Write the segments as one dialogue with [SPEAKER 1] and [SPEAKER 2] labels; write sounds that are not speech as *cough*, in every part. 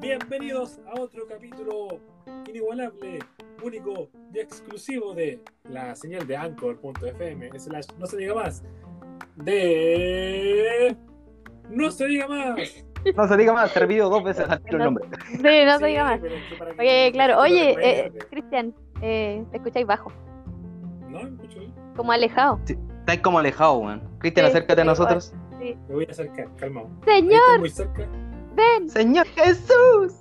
[SPEAKER 1] Bienvenidos a otro capítulo inigualable, único y exclusivo de la señal de anchor.fm slash no se diga más de no se diga más
[SPEAKER 2] No se diga más, se repitió dos veces al tiro el nombre.
[SPEAKER 3] Sí, no se
[SPEAKER 1] Sí,
[SPEAKER 3] diga más.
[SPEAKER 1] pero es que para que-
[SPEAKER 3] Oye, claro, oye,
[SPEAKER 1] para que
[SPEAKER 3] eh, Cristian, eh, te escucháis bajo,
[SPEAKER 1] no escucho bien.
[SPEAKER 3] como alejado.
[SPEAKER 2] Estáis como alejado, weón. Cristian,
[SPEAKER 3] Sí,
[SPEAKER 2] acércate a
[SPEAKER 3] sí,
[SPEAKER 2] nosotros.
[SPEAKER 1] me voy a acercar calmado Ahí
[SPEAKER 3] Señor,
[SPEAKER 1] estoy muy cerca
[SPEAKER 3] ven,
[SPEAKER 2] Señor Jesús.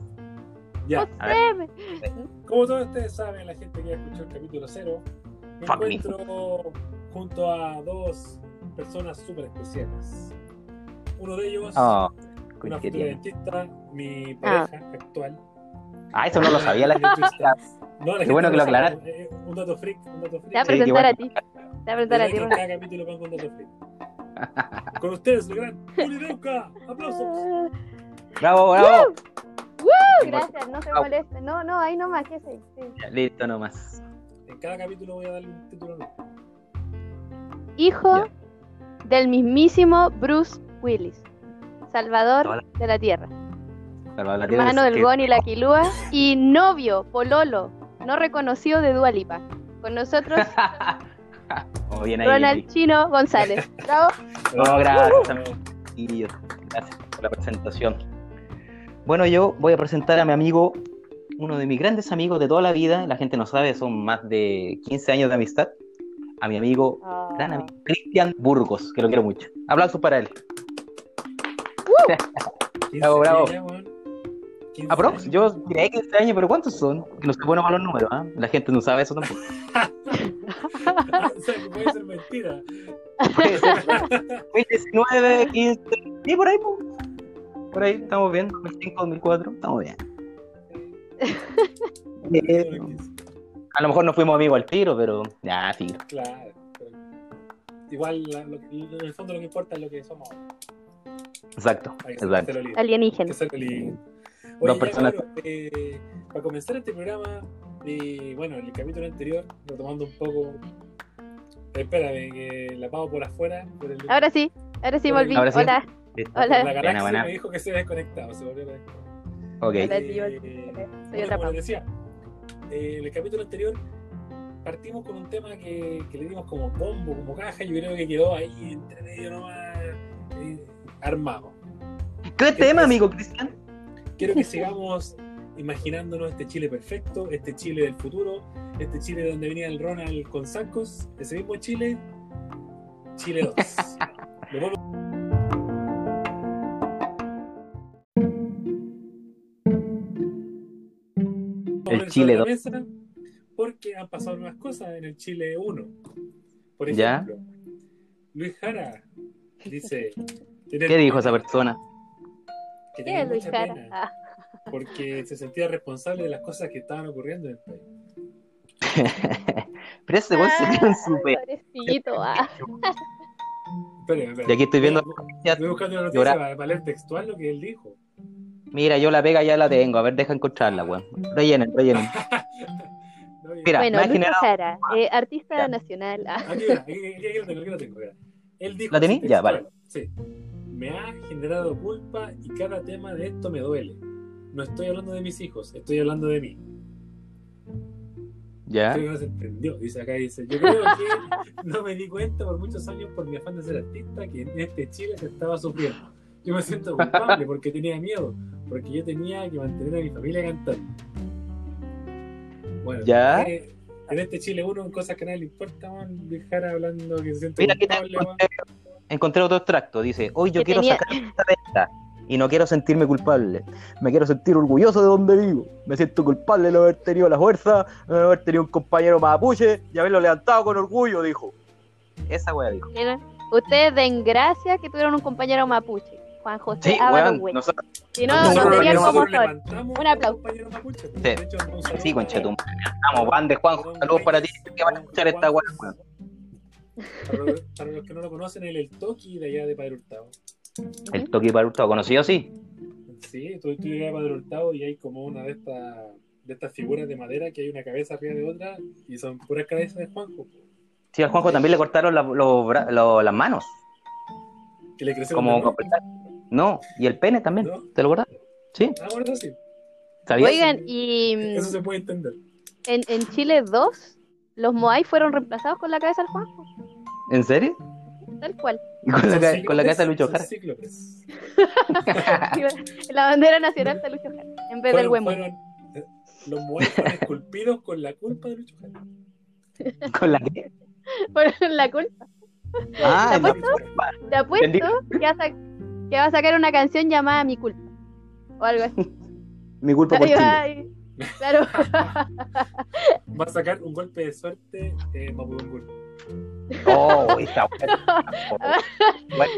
[SPEAKER 1] ya
[SPEAKER 2] A ver.
[SPEAKER 3] José. Oh.
[SPEAKER 1] Como todos ustedes saben, la gente que escuchó el capítulo cero, me
[SPEAKER 2] Fuck me.
[SPEAKER 1] encuentro junto a dos personas súper especiales. Uno de ellos,
[SPEAKER 2] Ah,
[SPEAKER 1] una
[SPEAKER 2] qué
[SPEAKER 1] futura
[SPEAKER 2] tiene.
[SPEAKER 1] dentista, mi pareja actual.
[SPEAKER 2] Ah, eso no lo sabía la
[SPEAKER 1] Eh, dentista. No, la gente
[SPEAKER 2] bueno
[SPEAKER 1] no
[SPEAKER 2] que lo
[SPEAKER 1] sabe,
[SPEAKER 2] aclaraste.
[SPEAKER 1] eh, Un dato freak, un dato
[SPEAKER 3] Te voy a
[SPEAKER 1] freak.
[SPEAKER 2] Sí, qué
[SPEAKER 3] presentar
[SPEAKER 2] bueno.
[SPEAKER 3] a ti. Te voy a
[SPEAKER 1] Yo
[SPEAKER 3] presentar a ti.
[SPEAKER 1] dentro de cada capítulo pongo un dato freak.
[SPEAKER 2] *laughs*
[SPEAKER 1] Con ustedes, el gran Juli Neuca. ¡Aplausos!
[SPEAKER 3] Ron.
[SPEAKER 2] Bravo, bravo.
[SPEAKER 3] Uh, Gracias, no se moleste. No, no, ahí nomás, que sí. sí.
[SPEAKER 2] Ya, Listo nomás.
[SPEAKER 1] En cada capítulo voy a darle un título nuevo.
[SPEAKER 3] Hijo
[SPEAKER 2] Ya.
[SPEAKER 3] del mismísimo Bruce Willis, Salvador
[SPEAKER 2] Hola.
[SPEAKER 3] de la Tierra,
[SPEAKER 2] Pero la tienes
[SPEAKER 3] hermano del
[SPEAKER 2] que-
[SPEAKER 3] Goni La Quilúa y novio, pololo, no reconocido de Dualipa. Con
[SPEAKER 2] *laughs*
[SPEAKER 3] nosotros,
[SPEAKER 2] Como Oh, bien ahí.
[SPEAKER 3] Ronald Chino González.
[SPEAKER 2] *laughs*
[SPEAKER 3] Bravo.
[SPEAKER 2] No, gracias, amigos. Gracias por la presentación. Bueno, yo voy a presentar a mi amigo, uno de mis grandes amigos de toda la vida. La gente no sabe, son más de 15 años de amistad. A mi amigo, gran amigo, Cristian Burgos, que lo quiero mucho. Aplausos para él. Bravo, bravo. Aprox,
[SPEAKER 1] *laughs*
[SPEAKER 2] yo diré 15 años, pero ¿cuántos son? Que no soy bueno para los números, ¿ah? La gente no sabe eso tampoco. *laughs*
[SPEAKER 1] Puede ser mentira.
[SPEAKER 2] Puede ser. Fue 19, 15, sí, por ahí, po. por ahí, estamos bien, 2005, 2004, estamos bien. Eh, a lo mejor no fuimos amigos al tiro, pero ya, tiro.
[SPEAKER 1] Claro. pero Igual, la- lo que- en el fondo lo que importa es lo que somos. ahora.
[SPEAKER 2] Exacto,
[SPEAKER 1] Hay que
[SPEAKER 2] exacto.
[SPEAKER 1] hacerlo libre, hay que
[SPEAKER 3] Alienígena.
[SPEAKER 1] hacerlo libre. Oye,
[SPEAKER 2] Dos
[SPEAKER 1] ya,
[SPEAKER 2] personas.
[SPEAKER 1] bueno, eh, para comenzar este programa, y bueno, en el capítulo anterior, retomando un poco. Espérame, que la pago por afuera. Por el,
[SPEAKER 3] Ahora sí, ahora sí volví.
[SPEAKER 2] Ahora sí.
[SPEAKER 3] Hola.
[SPEAKER 2] Listo.
[SPEAKER 1] por
[SPEAKER 3] Hola.
[SPEAKER 1] La
[SPEAKER 3] Buena,
[SPEAKER 1] galaxia
[SPEAKER 2] buena.
[SPEAKER 1] me dijo que se había desconectado. Se volvió a conectar.
[SPEAKER 2] Ok,
[SPEAKER 3] Hola,
[SPEAKER 1] Eh,
[SPEAKER 3] tío.
[SPEAKER 1] bueno,
[SPEAKER 3] Soy otra
[SPEAKER 1] como
[SPEAKER 3] Pau.
[SPEAKER 1] les decía, eh, en el capítulo anterior partimos con un tema que, que le dimos como bombo, como caja, yo creo que quedó ahí entre medio nomás eh, armado.
[SPEAKER 2] ¿qué tema, amigo Cristian?
[SPEAKER 1] Quiero
[SPEAKER 2] *laughs*
[SPEAKER 1] que sigamos imaginándonos este Chile perfecto, este Chile del futuro, este Chile donde venía el Ronald con Sancos, ese mismo Chile, Chile
[SPEAKER 2] *laughs*
[SPEAKER 1] 2. Lo vuelvo
[SPEAKER 2] El
[SPEAKER 1] poner
[SPEAKER 2] Chile
[SPEAKER 1] sobre la
[SPEAKER 2] 2.
[SPEAKER 1] mesa Porque han pasado nuevas cosas en el Chile 1. Por
[SPEAKER 2] Ya.
[SPEAKER 1] ejemplo, Luis Jara dice...
[SPEAKER 2] ¿Qué dijo esa persona? *laughs*
[SPEAKER 3] ¿Qué
[SPEAKER 1] Que tenía
[SPEAKER 3] es Luis
[SPEAKER 1] mucha
[SPEAKER 3] Jara?
[SPEAKER 1] pena
[SPEAKER 3] Ah,
[SPEAKER 1] porque se sentía responsable de las cosas que estaban ocurriendo en el país.
[SPEAKER 2] pero ese weón se dio en su pe-
[SPEAKER 3] pobrecito. ah.
[SPEAKER 1] Espérame, espérame.
[SPEAKER 2] Y aquí estoy viendo-
[SPEAKER 1] Estoy buscando la noticia
[SPEAKER 2] Llorar.
[SPEAKER 1] para, para leer textual lo que él dijo.
[SPEAKER 2] Mira, yo la pega ya la tengo. A ver, deja encontrarla, weón. Rellenen, rellenen.
[SPEAKER 1] No, y-
[SPEAKER 2] Mira,
[SPEAKER 3] Bueno,
[SPEAKER 2] me ha
[SPEAKER 3] Luis
[SPEAKER 2] generado-
[SPEAKER 3] Jara, eh, artista
[SPEAKER 2] Ya.
[SPEAKER 3] nacional. ah.
[SPEAKER 1] Aquí, mira, aquí, aquí, aquí lo tengo, aquí lo tengo. mira. Él dijo
[SPEAKER 2] ¿La tení?
[SPEAKER 1] así
[SPEAKER 2] Ya,
[SPEAKER 1] textual, Sí. Me ha generado culpa y cada tema de esto me duele. No estoy hablando de mis hijos, estoy hablando de mí.
[SPEAKER 2] Ya.
[SPEAKER 1] Creo que no se entendió. Dice acá, dice, yo creo que no me di cuenta por muchos años por mi afán de ser artista que en este Chile se estaba sufriendo. Yo me siento culpable porque tenía miedo, porque yo tenía que mantener a mi familia cantando. Bueno,
[SPEAKER 2] Ya.
[SPEAKER 1] eh, en este Chile uno en cosas que a nadie le importa, man, dejar hablando que se siente
[SPEAKER 2] Mira, aquí te
[SPEAKER 1] culpable, man.
[SPEAKER 2] encontré, encontré otro extracto. Dice: Hoy yo
[SPEAKER 3] Que
[SPEAKER 2] quiero
[SPEAKER 3] tenía-
[SPEAKER 2] sacar esta venta y no quiero sentirme culpable. Me quiero sentir orgulloso de donde vivo. Me siento culpable de no haber tenido la fuerza, de no haber tenido un compañero mapuche y haberlo levantado con orgullo, dijo. Esa wea dijo.
[SPEAKER 3] Mira, Ustedes den gracias que tuvieron un compañero mapuche, Juan José
[SPEAKER 2] Sí,
[SPEAKER 3] Ábalos
[SPEAKER 2] weón.
[SPEAKER 3] Güey.
[SPEAKER 2] Nosotros,
[SPEAKER 3] Si no,
[SPEAKER 2] nosotros
[SPEAKER 3] no
[SPEAKER 2] lo
[SPEAKER 3] serían
[SPEAKER 2] queremos
[SPEAKER 3] como
[SPEAKER 1] nosotros
[SPEAKER 3] son.
[SPEAKER 1] levantamos
[SPEAKER 3] Un
[SPEAKER 1] a
[SPEAKER 3] aplauso.
[SPEAKER 1] compañero mapuche.
[SPEAKER 2] Sí.
[SPEAKER 1] De hecho, un saludo
[SPEAKER 2] sí,
[SPEAKER 1] a-
[SPEAKER 2] conchetum. Estamos, Juan de Juan. Saludos para ti. Que van a escuchar esta wea, weón.
[SPEAKER 1] Para los- Para los que no lo conocen, él es el Toki de allá de Padre Hurtado.
[SPEAKER 2] El Toki Paruto, conocido, sí.
[SPEAKER 1] Sí, tú, tú llegas a Padre Hurtado y hay como una de estas de estas figuras de madera que hay una cabeza arriba de otra y son puras cabezas de Juanjo. po.
[SPEAKER 2] Sí, al Juanjo también le cortaron la- los bra- los- las manos.
[SPEAKER 1] Que le crecieron
[SPEAKER 2] Como
[SPEAKER 1] de nuevo.
[SPEAKER 2] No, y el pene también,
[SPEAKER 1] ¿No?
[SPEAKER 2] ¿te lo acordás? Sí,
[SPEAKER 1] Ah, bueno, sí.
[SPEAKER 2] ¿sabías?
[SPEAKER 3] Oigan, y mm,
[SPEAKER 1] Eso se puede entender.
[SPEAKER 3] en, en Chile 2, los Moai fueron reemplazados con la cabeza al Juanjo,
[SPEAKER 2] ¿En serio?
[SPEAKER 3] tal
[SPEAKER 2] *laughs*
[SPEAKER 3] cual. *laughs*
[SPEAKER 2] Con la,
[SPEAKER 1] Son
[SPEAKER 2] ca- con la
[SPEAKER 1] cíclopes,
[SPEAKER 2] cabeza de Lucho
[SPEAKER 1] son
[SPEAKER 2] Jara.
[SPEAKER 1] cíclopes.
[SPEAKER 3] la bandera nacional de Lucho Jara, en vez del
[SPEAKER 1] Fueron-
[SPEAKER 3] Huemo.
[SPEAKER 1] fueron- eh, Los muertos fueron esculpidos con la culpa de Lucho Jara.
[SPEAKER 2] ¿Con la qué?
[SPEAKER 3] Fueron la culpa.
[SPEAKER 2] *laughs* Ah,
[SPEAKER 1] De
[SPEAKER 2] la-
[SPEAKER 1] Lucho Jara.
[SPEAKER 3] Te apuesto que va, a sa- que va a sacar una canción llamada Mi culpa. O algo así.
[SPEAKER 2] mi culpa por
[SPEAKER 3] Ahí va,
[SPEAKER 2] Chile.
[SPEAKER 3] ahí. Claro.
[SPEAKER 1] Va a sacar un golpe de suerte eh, Mapudungún.
[SPEAKER 2] Oh, esa wea.
[SPEAKER 3] *laughs*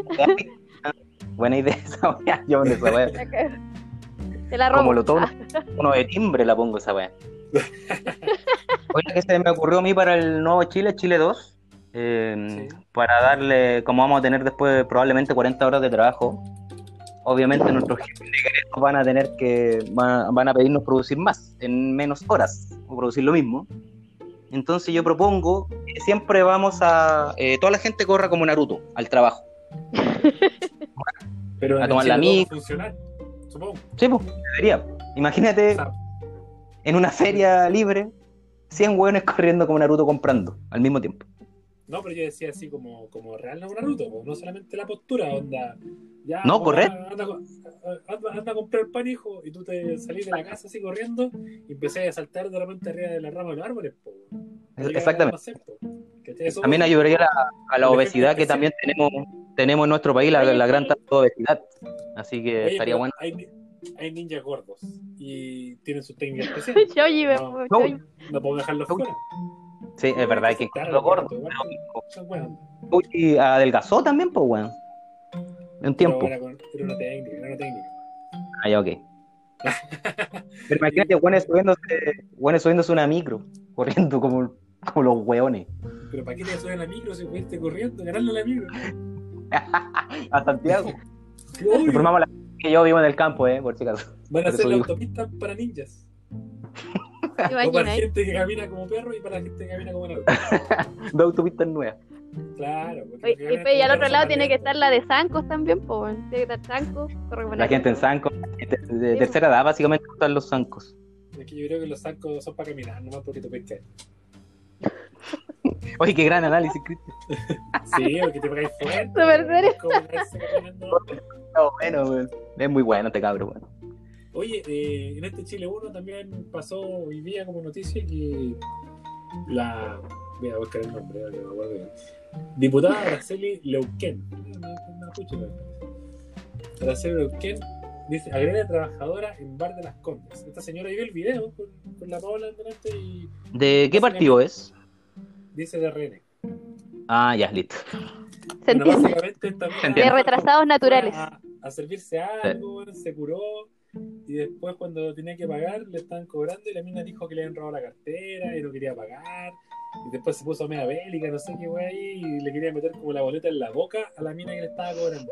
[SPEAKER 2] Buena idea. Buena idea *laughs* esa wea. Yo me esa wea.
[SPEAKER 1] *laughs*
[SPEAKER 3] *laughs* Te la robo.
[SPEAKER 2] Como lo tomo, uno de timbre la pongo *laughs* esa wea. Oye, que se me ocurrió a mí para el nuevo Chile, Chile 2, eh,
[SPEAKER 1] Sí.
[SPEAKER 2] para darle, como vamos a tener después probablemente 40 horas de trabajo, obviamente nuestros jefes legales van a tener que, van, van a pedirnos producir más, en menos horas, o producir lo mismo. Entonces yo propongo que siempre vamos a, eh, toda la gente corra como Naruto al trabajo.
[SPEAKER 1] Pero
[SPEAKER 2] A
[SPEAKER 1] en
[SPEAKER 2] tomar
[SPEAKER 1] Chile todo
[SPEAKER 2] la
[SPEAKER 1] va
[SPEAKER 2] mic.
[SPEAKER 1] Funcionar, supongo.
[SPEAKER 2] Sí, pues, debería.
[SPEAKER 1] O
[SPEAKER 2] Imagínate
[SPEAKER 1] sea,
[SPEAKER 2] en una feria libre, 100 hueones corriendo como Naruto comprando al mismo tiempo.
[SPEAKER 1] no, pero yo decía así como, como real no Naruto, po, no solamente la postura, onda. Ya,
[SPEAKER 2] No,
[SPEAKER 1] po,
[SPEAKER 2] correr.
[SPEAKER 1] Anda, anda- anda a comprar pan, hijo, y tú te salís de la casa así corriendo y empecé a saltar de repente arriba de la rama de los árboles. Po. No llegaba a
[SPEAKER 2] Exactamente.
[SPEAKER 1] hacer, po. ¿Cachai? Eso-
[SPEAKER 2] También ayudaría a la, a la
[SPEAKER 1] Por ejemplo,
[SPEAKER 2] obesidad
[SPEAKER 1] que
[SPEAKER 2] que
[SPEAKER 1] sí.
[SPEAKER 2] también tenemos, tenemos en nuestro país, la,
[SPEAKER 3] Oye,
[SPEAKER 2] la gran
[SPEAKER 3] sí.
[SPEAKER 2] tasa de obesidad. Así que
[SPEAKER 1] Oye,
[SPEAKER 2] estaría
[SPEAKER 1] pero
[SPEAKER 2] bueno.
[SPEAKER 1] Hay, ni- hay ninjas gordos y tienen sus técnicas especiales.
[SPEAKER 3] Shoji, me-
[SPEAKER 1] No.
[SPEAKER 3] Shoji.
[SPEAKER 1] No puedo dejarlos
[SPEAKER 2] Uy.
[SPEAKER 1] fuera.
[SPEAKER 2] Sí, es verdad, hay que
[SPEAKER 1] aceptar
[SPEAKER 2] encontrarlo
[SPEAKER 1] lo
[SPEAKER 2] gordo.
[SPEAKER 1] gordo,
[SPEAKER 2] pero como
[SPEAKER 1] Son weón.
[SPEAKER 2] Uchi adelgazó también, pues, weón. Un
[SPEAKER 1] Pero
[SPEAKER 2] tiempo.
[SPEAKER 1] Era, con- era una técnica, era una técnica.
[SPEAKER 2] Ah, ya, ok. Pero imagínate, weones subiéndose, weones subiéndose una micro, *laughs* corriendo como, como los weones.
[SPEAKER 1] Pero ¿para qué te suben la micro si fuiste corriendo? Ganarle la micro.
[SPEAKER 2] A
[SPEAKER 1] *laughs*
[SPEAKER 2] Santiago.
[SPEAKER 1] Qué obvio.
[SPEAKER 2] Informamos a la que yo vivo en el campo, eh, por si acaso. *laughs*
[SPEAKER 1] Van a
[SPEAKER 2] Por
[SPEAKER 1] hacer
[SPEAKER 2] eso
[SPEAKER 1] la
[SPEAKER 2] digo.
[SPEAKER 1] autopista para ninjas.
[SPEAKER 3] ¿Te
[SPEAKER 1] No para
[SPEAKER 3] imaginas?
[SPEAKER 1] gente que camina como perro y para la gente que camina como narco.
[SPEAKER 2] Dos autopistas nuevas.
[SPEAKER 1] Claro. porque
[SPEAKER 3] Oye,
[SPEAKER 1] los que
[SPEAKER 3] y,
[SPEAKER 1] caminan
[SPEAKER 3] pe- y al
[SPEAKER 1] como
[SPEAKER 3] otro
[SPEAKER 1] perros
[SPEAKER 3] lado
[SPEAKER 1] son
[SPEAKER 3] tiene que
[SPEAKER 1] más
[SPEAKER 3] estar la de Zancos también, po, weón. tiene que estar Zancos,
[SPEAKER 2] La gente en zancos, la gente de- de tercera edad, básicamente están los zancos.
[SPEAKER 1] lentos. Es que yo creo que los zancos son para caminar, nomás porque te puedes caer.
[SPEAKER 2] Oye, qué gran análisis, Cristian.
[SPEAKER 1] Sí, porque te pegáis fuerte.
[SPEAKER 3] *laughs* Súper serio.
[SPEAKER 1] Es como quedarse caminando.
[SPEAKER 2] No, bueno, weón. Es muy bueno este cabro, weón.
[SPEAKER 1] Oye, eh, en este Chile 1 también pasó hoy día como noticia que la. Voy a buscar el nombre, ahora que me acuerdo bien. Diputada Araceli Leuquén. Una pucha, pero- Araceli Leuquén dice: agrede a trabajadora en Bar de las Condes. Esta señora yo vi el video con, con la Paola delante y
[SPEAKER 2] ¿De qué partido es?
[SPEAKER 1] dice de RN.
[SPEAKER 2] Ah, ya, listo.
[SPEAKER 3] Se
[SPEAKER 1] Bueno,
[SPEAKER 3] entiende.
[SPEAKER 1] básicamente esta mina-
[SPEAKER 2] entiende.
[SPEAKER 3] De retrasados naturales.
[SPEAKER 1] A, a servirse algo, se curó. Y después, cuando tenía que pagar, le estaban cobrando. Y la mina dijo que le habían robado la cartera y no quería pagar. Y después se puso media bélica, no sé qué güey. Y le quería meter como la boleta en la boca a la mina que le estaba cobrando.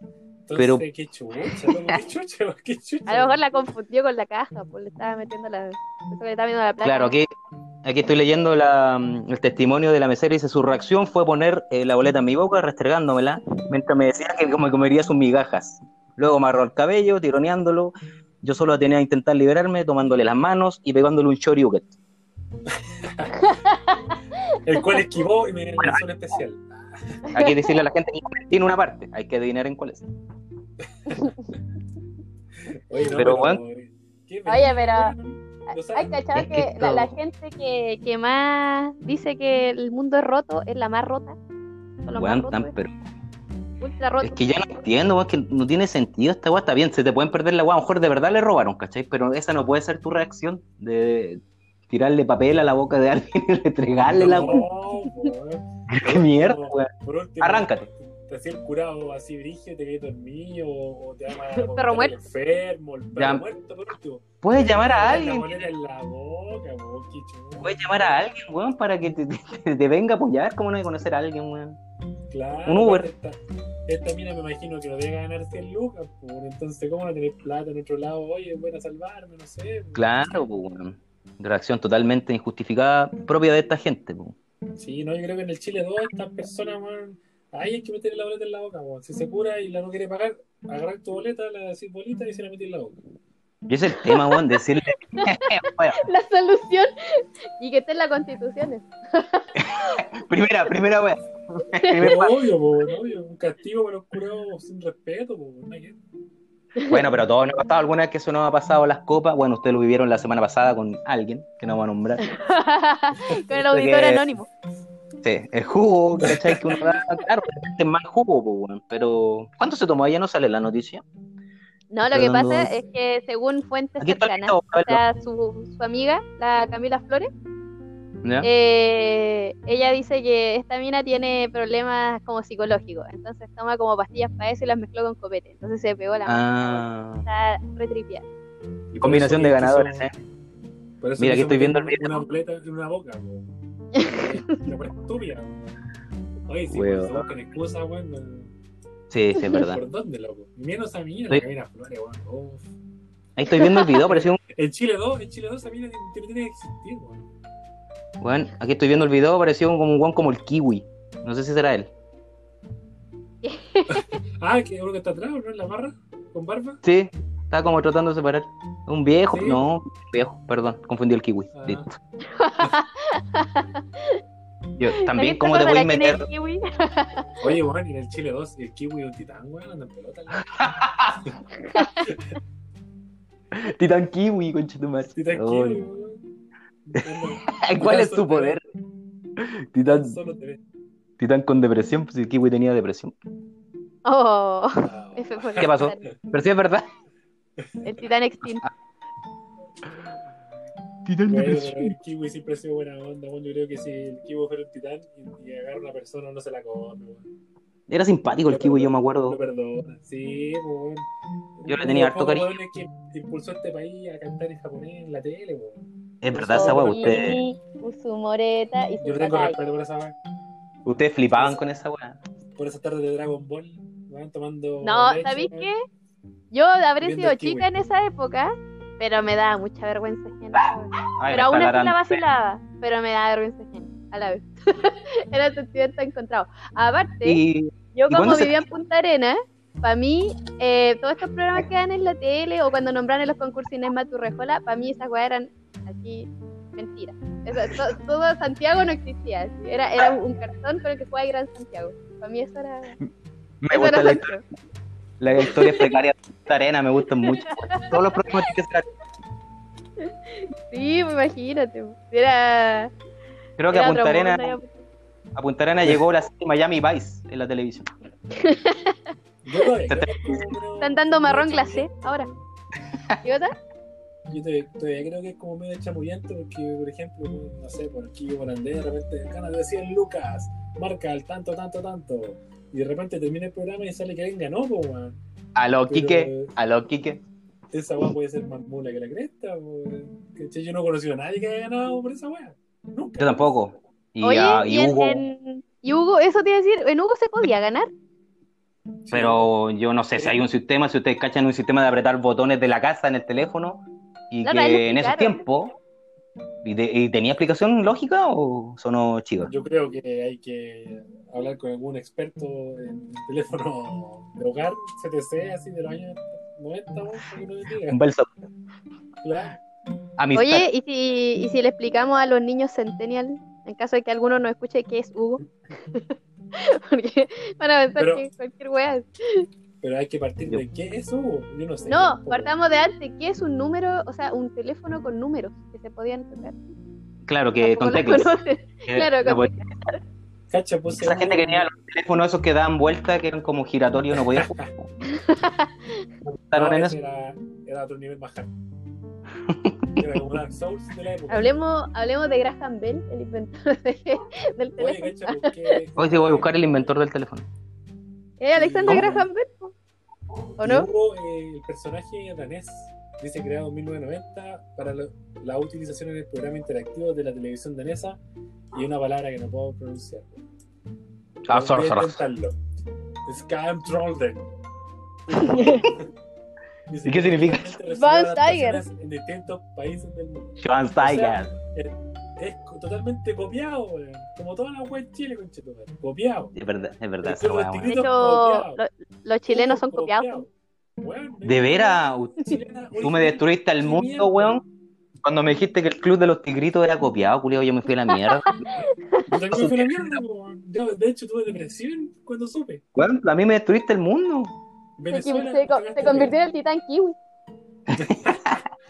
[SPEAKER 1] Entonces,
[SPEAKER 2] Pero-
[SPEAKER 1] qué chucha, loco,
[SPEAKER 3] *laughs*
[SPEAKER 1] qué chucha, qué chucha.
[SPEAKER 3] A lo mejor la confundió con la caja, pues le estaba metiendo la. Eso que le estaba viendo la plata.
[SPEAKER 2] Claro, aquí, aquí estoy leyendo la, mm, el testimonio de la mesera. Dice: Su reacción fue poner eh, la boleta en mi boca, restregándomela, mientras me decía que como comería sus migajas. Luego me agarró el cabello, tironeándolo. Yo solo tenía que intentar liberarme, tomándole las manos y pegándole un shoryuken.
[SPEAKER 1] El cual esquivó y me lanzó un especial.
[SPEAKER 2] Hay que decirle a la gente que *laughs* tiene una parte, hay que adivinar en cuál es.
[SPEAKER 1] Oye, no,
[SPEAKER 2] Pero,
[SPEAKER 1] qué
[SPEAKER 3] Oye,
[SPEAKER 1] vergüenza,
[SPEAKER 3] pero-
[SPEAKER 1] weón. O sea,
[SPEAKER 3] Hay cachado
[SPEAKER 2] Es
[SPEAKER 3] que
[SPEAKER 2] que
[SPEAKER 3] la, la
[SPEAKER 2] todo.
[SPEAKER 3] gente que, que más dice que el mundo es roto es la más rota. Son los más eh.
[SPEAKER 2] Weón,
[SPEAKER 3] rotos,
[SPEAKER 2] tan
[SPEAKER 3] weón.
[SPEAKER 2] pero-
[SPEAKER 3] ultra roto.
[SPEAKER 2] Es que ya no entiendo, weón, que no tiene sentido esta weá, está bien, se te pueden perder la weá, a lo mejor de verdad le robaron, ¿cachai? Pero esa no puede ser tu reacción de tirarle papel a la boca de alguien y entregarle la
[SPEAKER 1] no,
[SPEAKER 2] weá.
[SPEAKER 1] weón.
[SPEAKER 2] ¡Qué mierda, weón!
[SPEAKER 1] Por último,
[SPEAKER 2] Arráncate.
[SPEAKER 1] Te hacía el curado así brígido, te quedas dormido, o, o te llama
[SPEAKER 3] *laughs*
[SPEAKER 1] a
[SPEAKER 3] Un perro
[SPEAKER 1] contar el
[SPEAKER 3] muerto.
[SPEAKER 1] enfermo, el perro
[SPEAKER 2] Ya.
[SPEAKER 1] muerto, por último.
[SPEAKER 2] Puedes llamar a alguien,
[SPEAKER 1] La moneda en la boca, po, qué chulo.
[SPEAKER 2] puedes llamar a alguien, weón, para que te, te- te venga a apoyar, como no hay que conocer a alguien, weón.
[SPEAKER 1] Claro,
[SPEAKER 2] un Uber.
[SPEAKER 1] Esta, esta mina me imagino que lo debe ganar 100 lucas, por entonces, ¿cómo no tenés plata en otro lado? Oye, bueno, salvarme, no sé. po.
[SPEAKER 2] Claro, pues, weón. Reacción totalmente injustificada, propia de esta gente, pues.
[SPEAKER 1] Sí, no, yo creo que en el Chile 2 estas personas, weón, Ahí hay que meter la boleta en la boca, weón. Si se cura y la no quiere pagar, agarrar tu boleta, la decís bolita y se la metí en la boca.
[SPEAKER 2] Y ese es el tema, weón, decirle. *laughs* Bueno,
[SPEAKER 4] La solución. Y que esté en la *laughs* constitución.
[SPEAKER 2] primera, primera weón. Primer paso.
[SPEAKER 1] obvio, weón, obvio. Un castigo para los curados sin respeto, weón. Ay,
[SPEAKER 2] Bueno, pero todo nos ha pasado alguna vez que eso nos ha pasado las copas. Bueno, ustedes lo vivieron la semana pasada con alguien que no va a nombrar.
[SPEAKER 4] Con el auditor
[SPEAKER 2] que-
[SPEAKER 4] anónimo.
[SPEAKER 2] Sí, el jugo, ¿cachai? Que uno da, claro, es más jugo, po, weón, pero ¿cuánto se tomó? Ya no sale la noticia.
[SPEAKER 4] No, lo que
[SPEAKER 2] Pero no-
[SPEAKER 4] pasa es que según fuentes
[SPEAKER 2] Aquí está el
[SPEAKER 4] cercanas,
[SPEAKER 2] video,
[SPEAKER 4] o sea, su, su amiga, la Camila Flores,
[SPEAKER 2] ¿ya?
[SPEAKER 4] eh, ella dice que esta mina tiene problemas como psicológicos, entonces toma como pastillas para eso y las mezcló con copete, entonces se pegó la mano.
[SPEAKER 2] Ah,
[SPEAKER 4] Está retripiada.
[SPEAKER 1] qué-
[SPEAKER 2] combinación de ganadores, ¿eh?
[SPEAKER 1] Por eso
[SPEAKER 2] Mira, aquí
[SPEAKER 1] quiso
[SPEAKER 2] estoy viendo el
[SPEAKER 1] meter
[SPEAKER 2] video.
[SPEAKER 1] Una boleta en una boca, weón. Una weá estúpida, weón. Oye, si
[SPEAKER 2] Weón.
[SPEAKER 1] weón, se buscan excusas, weón. no-
[SPEAKER 2] Sí, sí, es verdad.
[SPEAKER 1] ¿Por dónde, loco? Menos a mí,
[SPEAKER 2] Sí.
[SPEAKER 1] la Camila Flores, weón. Uf.
[SPEAKER 2] Ahí estoy viendo el video, parecía un.
[SPEAKER 1] En Chile 2, en Chile 2 esa mina tiene- tiene tiene que existir, weón.
[SPEAKER 2] Bueno, aquí estoy viendo el video, parecía un, como un guan como el kiwi. No sé si será él.
[SPEAKER 1] Ah, que uno que está atrás, ¿no? En la barra, con barba.
[SPEAKER 2] Sí, estaba como tratando de separar. Un viejo,
[SPEAKER 1] Sí.
[SPEAKER 2] no, viejo, perdón, confundí el kiwi.
[SPEAKER 1] Ah. *laughs*
[SPEAKER 2] Listo. Yo
[SPEAKER 4] ¿Alguien
[SPEAKER 2] también,
[SPEAKER 4] se
[SPEAKER 2] ¿cómo te voy
[SPEAKER 4] acuerda
[SPEAKER 2] a
[SPEAKER 4] la que
[SPEAKER 2] meter?
[SPEAKER 4] tiene kiwi?
[SPEAKER 1] Oye, weón, y en el Chile 2, el kiwi es un titán, weón, anda en pelota. la-
[SPEAKER 2] Titán kiwi, conchetumar.
[SPEAKER 1] Titán
[SPEAKER 2] Oh,
[SPEAKER 1] kiwi,
[SPEAKER 2] *laughs*
[SPEAKER 1] weón.
[SPEAKER 2] ¿Cuál es tu
[SPEAKER 1] Titán
[SPEAKER 2] poder? Titán,
[SPEAKER 1] Solo te ve.
[SPEAKER 2] titán con depresión, pues el kiwi tenía depresión.
[SPEAKER 4] *laughs* Oh,
[SPEAKER 1] Ah,
[SPEAKER 4] F por
[SPEAKER 2] ¿Qué pasó? Ah,
[SPEAKER 4] el titán-
[SPEAKER 2] Pero sí es verdad.
[SPEAKER 4] El titán extinto.
[SPEAKER 2] *laughs* Titán
[SPEAKER 1] Bueno, el kiwi siempre ha sido buena onda, weón. Yo creo que si el kiwi fuera un titán y, y agarra a una persona, no se la come, weón.
[SPEAKER 2] Era simpático el kiwi, yo me
[SPEAKER 1] Lo
[SPEAKER 2] acuerdo.
[SPEAKER 1] perdona. Sí, weón.
[SPEAKER 2] Yo le
[SPEAKER 1] Uno
[SPEAKER 2] tenía
[SPEAKER 1] de los
[SPEAKER 2] harto
[SPEAKER 1] pocos
[SPEAKER 2] cariño.
[SPEAKER 1] weones que impulsó a este país a cantar en japonés en la tele, weón.
[SPEAKER 2] Es verdad esa weá, ustedes,
[SPEAKER 4] Sori, Usumoreta y
[SPEAKER 1] Yo le tengo
[SPEAKER 4] Susakai.
[SPEAKER 1] respeto por esa weón.
[SPEAKER 2] ustedes flipaban con esa weá.
[SPEAKER 1] por esa tarde de Dragon Ball, van tomando.
[SPEAKER 4] No,
[SPEAKER 1] leche,
[SPEAKER 4] ¿sabéis
[SPEAKER 1] weón.
[SPEAKER 4] qué? Yo habré
[SPEAKER 1] Viendo
[SPEAKER 4] sido
[SPEAKER 1] el kiwi.
[SPEAKER 4] chica en esa época, pero me daba mucha vergüenza ajena.
[SPEAKER 2] Ay,
[SPEAKER 4] Pero aún
[SPEAKER 2] me
[SPEAKER 4] así
[SPEAKER 2] jalaran-
[SPEAKER 4] la vacilaba, pero me daba vergüenza ajena, a la vez. *laughs* Era sentimiento encontrado. Aparte,
[SPEAKER 2] Y
[SPEAKER 4] yo
[SPEAKER 2] ¿y cuándo
[SPEAKER 4] como
[SPEAKER 2] se-
[SPEAKER 4] vivía en Punta Arena, para mí, eh, todos estos programas que dan en la tele o cuando nombran en los concursos Inés Maturrejola, para mí esas weas eran así, mentiras. Eso, to- todo Santiago no existía, así. era, era un cartón con el que jugaba el Gran Santiago. Para mí eso era...
[SPEAKER 2] me
[SPEAKER 4] Eso
[SPEAKER 2] gusta
[SPEAKER 4] era
[SPEAKER 2] la,
[SPEAKER 4] Santiago.
[SPEAKER 2] la historia precaria de arena, me gustan mucho. Todos los próximos que serán.
[SPEAKER 4] *laughs* Sí, pues, imagínate. pues. Era.
[SPEAKER 2] Creo que
[SPEAKER 4] era
[SPEAKER 2] a
[SPEAKER 4] otro
[SPEAKER 2] Punta,
[SPEAKER 4] mundo,
[SPEAKER 2] Arena, a Punta Arena llegó la serie Miami Vice en la televisión.
[SPEAKER 1] Yo todavía
[SPEAKER 2] Te-
[SPEAKER 1] creo que es como-
[SPEAKER 4] Están dando marrón glacé
[SPEAKER 1] chamullante.
[SPEAKER 2] *laughs*
[SPEAKER 4] ahora. ¿Y otra?
[SPEAKER 1] Yo todavía, todavía creo que es como medio chamullante porque, por ejemplo, no sé, por aquí holandés de repente ganas de 100 lucas, marca el tanto, tanto, tanto. Y de repente termina el programa y sale que alguien ganó, po, weón.
[SPEAKER 2] A lo
[SPEAKER 1] Pero-
[SPEAKER 2] Quique, a lo Quique.
[SPEAKER 1] Esa weá puede ser más mula que la cresta, weón. ¿Cachai? Yo no he conocido a nadie que haya ganado por esa weá. Nunca.
[SPEAKER 2] Yo tampoco. Y,
[SPEAKER 4] Oye,
[SPEAKER 2] a- y
[SPEAKER 4] y en,
[SPEAKER 2] Hugo,
[SPEAKER 4] en- y Hugo, eso te iba a decir, en Hugo se podía ganar.
[SPEAKER 1] Sí.
[SPEAKER 2] Pero yo no sé si hay un sistema, si ustedes cachan un sistema de apretar botones de la casa en el teléfono y
[SPEAKER 4] La otra vez lo
[SPEAKER 2] que en esos
[SPEAKER 4] explicaron.
[SPEAKER 2] tiempos. ¿Y, te- y tenía explicación lógica o sonó chido?
[SPEAKER 1] Yo creo que hay que hablar con algún experto en teléfono de hogar, CTC, así de los años 90, weón, para que no me diga.
[SPEAKER 2] Un beso.
[SPEAKER 1] Claro.
[SPEAKER 2] Amistad.
[SPEAKER 4] Oye, ¿y si, y si le explicamos a los niños Centennial, en caso de que alguno no escuche qué es Hugo? *laughs* Porque van a pensar
[SPEAKER 1] Pero-
[SPEAKER 4] que cualquier wea es.
[SPEAKER 1] Pero hay que partir de qué es eso, yo no sé.
[SPEAKER 4] No,
[SPEAKER 1] Tampoco.
[SPEAKER 4] partamos de antes, ¿qué es un número? O sea, un teléfono con números que se podían tocar.
[SPEAKER 2] claro que
[SPEAKER 4] Tampoco
[SPEAKER 2] con
[SPEAKER 4] lo
[SPEAKER 2] teclas.
[SPEAKER 4] conoces.
[SPEAKER 2] Eh,
[SPEAKER 4] claro,
[SPEAKER 2] no
[SPEAKER 4] con
[SPEAKER 2] podía-
[SPEAKER 1] Cacha, pues, puse
[SPEAKER 2] Esa
[SPEAKER 1] un-
[SPEAKER 2] gente que tenía los teléfonos esos que daban vuelta, que eran como giratorios, no
[SPEAKER 4] *laughs*
[SPEAKER 2] podía jugar.
[SPEAKER 1] No,
[SPEAKER 2] Estaban en
[SPEAKER 1] ese
[SPEAKER 2] eso.
[SPEAKER 1] era, era otro nivel más hard. Era como Dark Souls de la época.
[SPEAKER 4] Hablemos, hablemos de Graham Bell, el inventor de- *laughs* del
[SPEAKER 1] Oye,
[SPEAKER 4] teléfono.
[SPEAKER 1] cacha, busqué-
[SPEAKER 2] *laughs* Hoy sí voy a buscar el inventor del teléfono.
[SPEAKER 4] ¿Es Alexander
[SPEAKER 1] ¿Cómo?
[SPEAKER 4] Graham Bell? po? ¿O no?
[SPEAKER 1] Hugo, eh, el personaje danés dice creado en 1990 para la, la utilización en el programa interactivo de la televisión danesa y una palabra que no puedo pronunciar. Voy
[SPEAKER 2] Ah,
[SPEAKER 1] a
[SPEAKER 2] sorry, sorry.
[SPEAKER 1] intentarlo.
[SPEAKER 3] *laughs*
[SPEAKER 1] Skamtrolden. Dice
[SPEAKER 2] ¿Y qué significa?
[SPEAKER 1] que actualmente recibe
[SPEAKER 4] Van Steiger.
[SPEAKER 1] adaptaciones En distintos países del mundo.
[SPEAKER 2] Joan Steiger.
[SPEAKER 1] O sea, eh, es co- totalmente copiado, weón. Como toda la web en Chile, conchetumare. Copiado.
[SPEAKER 2] Es verdad, es verdad.
[SPEAKER 1] Pero
[SPEAKER 2] esa weá,
[SPEAKER 3] De
[SPEAKER 1] los
[SPEAKER 2] weón.
[SPEAKER 1] Son
[SPEAKER 3] hecho,
[SPEAKER 1] copiados.
[SPEAKER 3] lo- los chilenos son copiados.
[SPEAKER 1] Weón,
[SPEAKER 2] De
[SPEAKER 3] *laughs*
[SPEAKER 2] veras, u-
[SPEAKER 1] chilena
[SPEAKER 2] tú me
[SPEAKER 1] original.
[SPEAKER 2] destruiste el
[SPEAKER 1] Qué
[SPEAKER 2] mundo,
[SPEAKER 1] mierda.
[SPEAKER 2] weón. Cuando me dijiste que el club de los tigritos era copiado, culiao, yo me fui a
[SPEAKER 1] *laughs*
[SPEAKER 2] la mierda.
[SPEAKER 1] Yo también fui a la mierda, weón. Yo, de hecho, tuve depresión cuando supe.
[SPEAKER 2] Weón, a mí me destruiste el mundo.
[SPEAKER 3] Se, se
[SPEAKER 1] Venezuela.
[SPEAKER 3] co- se
[SPEAKER 1] cagaste
[SPEAKER 3] convirtió
[SPEAKER 1] de-
[SPEAKER 3] en el titán kiwi,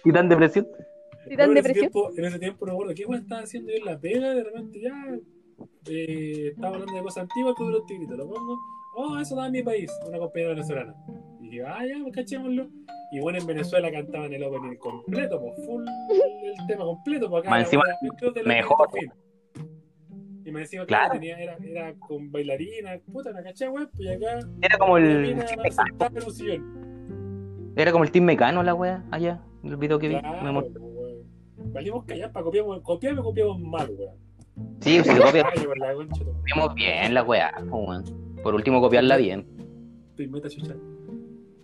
[SPEAKER 2] Y tan depresión.
[SPEAKER 1] No,
[SPEAKER 3] titán
[SPEAKER 1] en, ese
[SPEAKER 3] depresión.
[SPEAKER 1] tiempo, en ese tiempo no recuerdo qué weón estaba haciendo yo en la pega, de repente ya eh, estaba hablando de cosas antiguas con los tigritos, lo pongo, oh, eso da en mi país, una compañera venezolana. Y dije, ah, ya, pues, cachémoslo. Y bueno, en Venezuela cantaban el opening completo, pues full el tema completo, pues acá.
[SPEAKER 2] Más
[SPEAKER 1] la
[SPEAKER 2] encima,
[SPEAKER 1] weá, el club de los
[SPEAKER 2] mejor, pues.
[SPEAKER 1] tigritos fino. Y me decía, claro,
[SPEAKER 2] Claro.
[SPEAKER 1] tenía, era, era con bailarina, puta, la caché, weón, pues y acá
[SPEAKER 2] Era como
[SPEAKER 1] la
[SPEAKER 2] el.
[SPEAKER 1] mina sentada en un sillón.
[SPEAKER 2] Era como el Team Mecano la weá, allá. El video que vi. Me
[SPEAKER 1] Claro,
[SPEAKER 2] mor-
[SPEAKER 1] pues, weón. Valimos callar para copiamos, copiamos, copiamos mal, weón.
[SPEAKER 2] Sí, pues, si copiamos
[SPEAKER 1] Ay, por la concha, tu-
[SPEAKER 2] bien la weá, po, weón. Por último, copiarla bien.
[SPEAKER 1] tu inventa chucha.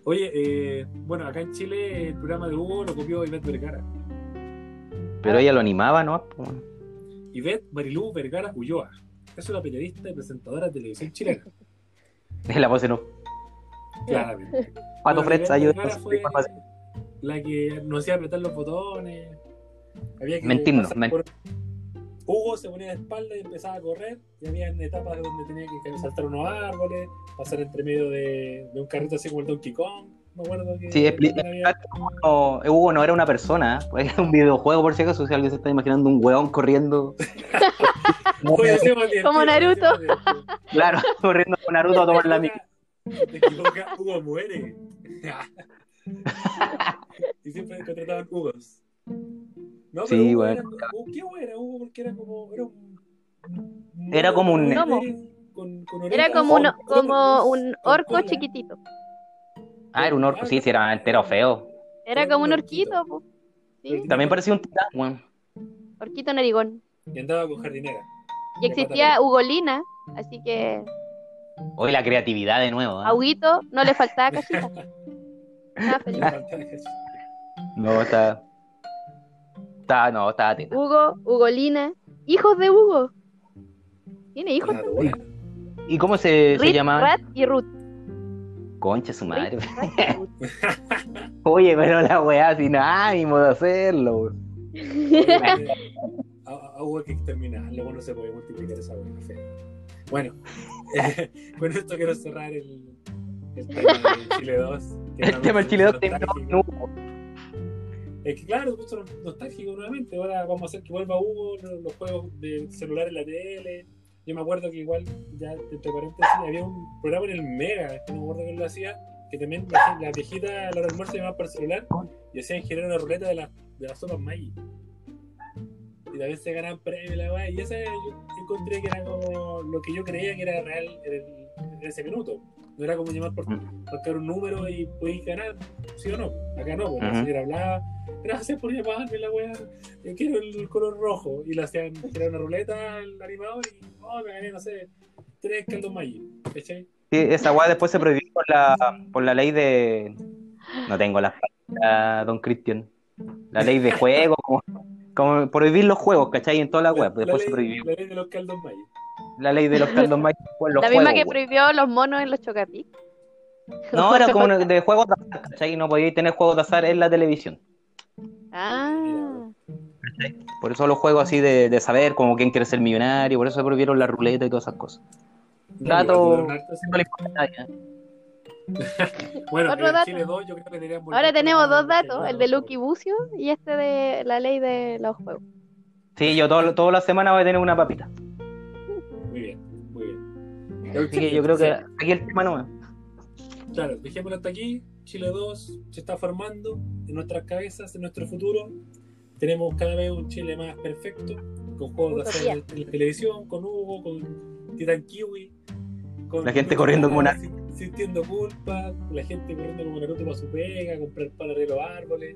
[SPEAKER 1] Oye, eh, bueno, acá en Chile el programa de Hugo lo copió Ivette Vergara. Ah.
[SPEAKER 2] Pero ella lo animaba, ¿no? Po, weón. *laughs*
[SPEAKER 1] Ivette Marilú Vergara Ulloa. Es una periodista y presentadora de televisión
[SPEAKER 2] *laughs*
[SPEAKER 1] chilena.
[SPEAKER 2] Es la voz en off.
[SPEAKER 1] Claramente.
[SPEAKER 2] Pato
[SPEAKER 1] Bueno,
[SPEAKER 2] Fred,
[SPEAKER 1] Ivette
[SPEAKER 2] ayúdanos.
[SPEAKER 1] Vergara fue La que nos hacía apretar los botones. Había que
[SPEAKER 2] Mentirnos,
[SPEAKER 1] pasar
[SPEAKER 2] men-
[SPEAKER 1] por- Hugo se ponía de espalda y empezaba a correr. Y había etapas donde tenía que saltar unos árboles, pasar entre medio de, de un carrito así como el Donkey Kong. Me acuerdo que.
[SPEAKER 2] Sí, expli-
[SPEAKER 1] también había-
[SPEAKER 2] No, eh, Hugo no era una persona, *laughs* ¿eh? era un videojuego por si acaso, si alguien se está imaginando un weón corriendo. No,
[SPEAKER 1] Oye, ese es más
[SPEAKER 3] Como
[SPEAKER 1] divertido, ese
[SPEAKER 3] *laughs*
[SPEAKER 1] es más divertido.
[SPEAKER 2] claro, *laughs* corriendo con Naruto a tomar la mierda.
[SPEAKER 1] Te equivoca, Hugo muere. *laughs* y siempre contrataban Hugos. No, pero
[SPEAKER 2] Sí,
[SPEAKER 1] Hugo
[SPEAKER 2] bueno.
[SPEAKER 1] era- Hugo- ¿Qué Hugo era Hugo? Porque era como. Era, un, un-
[SPEAKER 2] Era como un-
[SPEAKER 3] Gnomo.
[SPEAKER 1] con- con
[SPEAKER 3] Era
[SPEAKER 1] orejas,
[SPEAKER 3] como un,
[SPEAKER 1] con-
[SPEAKER 3] como un
[SPEAKER 1] con
[SPEAKER 3] orco
[SPEAKER 1] cola.
[SPEAKER 3] chiquitito.
[SPEAKER 2] Ah, era un orco, sí, sí, era entero feo.
[SPEAKER 3] Era como un orquito, po. Sí,
[SPEAKER 2] También parecía un titán, weón.
[SPEAKER 3] orquito narigón.
[SPEAKER 1] Y andaba con jardinera.
[SPEAKER 3] Y existía Ugolina, así que
[SPEAKER 2] Hoy la creatividad de nuevo. ¿eh?
[SPEAKER 3] a Huguito no le faltaba cachita. *laughs* Estaba
[SPEAKER 1] Le
[SPEAKER 3] feliz.
[SPEAKER 1] faltaba eso.
[SPEAKER 2] No, está. Está, no, está teta.
[SPEAKER 3] Hugo, Ugolina, hijos de Hugo. Tiene hijos
[SPEAKER 1] Claro,
[SPEAKER 3] también.
[SPEAKER 1] bueno.
[SPEAKER 2] ¿Y cómo se, se
[SPEAKER 3] Rit,
[SPEAKER 2] llamaba?
[SPEAKER 3] Rat y Ruth.
[SPEAKER 2] Concha su madre. *laughs*
[SPEAKER 3] Rit, Rat y Ruth.
[SPEAKER 2] Oye, pero la weá sin ánimo de hacerlo. weón.
[SPEAKER 1] A- a- a Hugo hay que exterminarlo, bueno, no se puede multiplicar esa buena fe. Bueno, *laughs* eh, con esto quiero cerrar el, el tema de Chile 2. que era
[SPEAKER 2] El tema del
[SPEAKER 1] mucho
[SPEAKER 2] Chile 2 te
[SPEAKER 1] nostálgico.
[SPEAKER 2] no, no.
[SPEAKER 1] Es que claro, es mucho nostálgico nuevamente. Ahora vamos a hacer que vuelva Hugo, lo- los juegos de celular en la tele. Yo me acuerdo que igual, ya entre paréntesis, había un programa en el Mega, que no me acuerdo quién lo hacía, que también la, la viejita a la hora del almuerzo llamaba por celular y hacían girar una ruleta de, la, de las sopas Maggi. Y también se ganaban premios y la weá. Y esa yo encontré que era como lo que yo creía que era real en, el- en ese minuto. No era como llamar por marcar un número y podéis ganar, sí o no. Acá no, porque
[SPEAKER 2] Ujú.
[SPEAKER 1] la señora hablaba, gracias por llamarme la weá, yo quiero el color rojo. Y le hacían girar una ruleta al animador y, oh, me gané, no sé, tres caldos Maggi. ¿Cachai?
[SPEAKER 2] Sí,
[SPEAKER 3] Mm.
[SPEAKER 2] esa weá después se prohibió por la, por la ley de. No tengo las palabras, don Cristian. La ley de juego, como, como prohibir los juegos, ¿cachai? En toda la web. Ah, Después se
[SPEAKER 1] ley-
[SPEAKER 2] prohibió
[SPEAKER 1] La ley de los caldos Maggi.
[SPEAKER 2] la ley
[SPEAKER 3] *laughs*
[SPEAKER 2] de los caldos más. Los
[SPEAKER 3] La
[SPEAKER 2] juegos,
[SPEAKER 3] misma que
[SPEAKER 2] weón.
[SPEAKER 3] prohibió los monos en los chocapic.
[SPEAKER 2] No, era como una- de juegos de azar, ¿cachai? No podíais tener juegos de azar en la televisión.
[SPEAKER 3] Ah,
[SPEAKER 2] Por eso los juegos así de, de saber, como quién quiere ser millonario, por eso se prohibieron la ruleta y todas esas cosas. Dato-
[SPEAKER 1] Duraron harto, sí.
[SPEAKER 2] No le importa
[SPEAKER 3] Ah,
[SPEAKER 2] a nadie.
[SPEAKER 1] Bueno,
[SPEAKER 3] Otro
[SPEAKER 1] en
[SPEAKER 3] dato.
[SPEAKER 1] Chile 2 yo creo que deberían volver
[SPEAKER 3] ahora
[SPEAKER 1] con
[SPEAKER 3] tenemos
[SPEAKER 1] la-
[SPEAKER 3] dos datos, el de Lucky Bucio y este de la ley de los juegos.
[SPEAKER 2] Sí, yo todo, toda la semana voy a tener una papita.
[SPEAKER 1] Muy bien, muy bien.
[SPEAKER 2] Así que yo creo que aquí el tema no
[SPEAKER 1] Claro, dejémoslo hasta aquí. Chile 2 se está formando en nuestras cabezas, en nuestro futuro. Tenemos cada vez un Chile más perfecto, con juegos de
[SPEAKER 3] Utopía.
[SPEAKER 1] hacer en la televisión, con Hugo, con Titan Kiwi. Con
[SPEAKER 2] La gente corriendo como una-
[SPEAKER 1] sin- Sintiendo culpa, la gente corriendo como Naruto para su pega, comprar para de los árboles.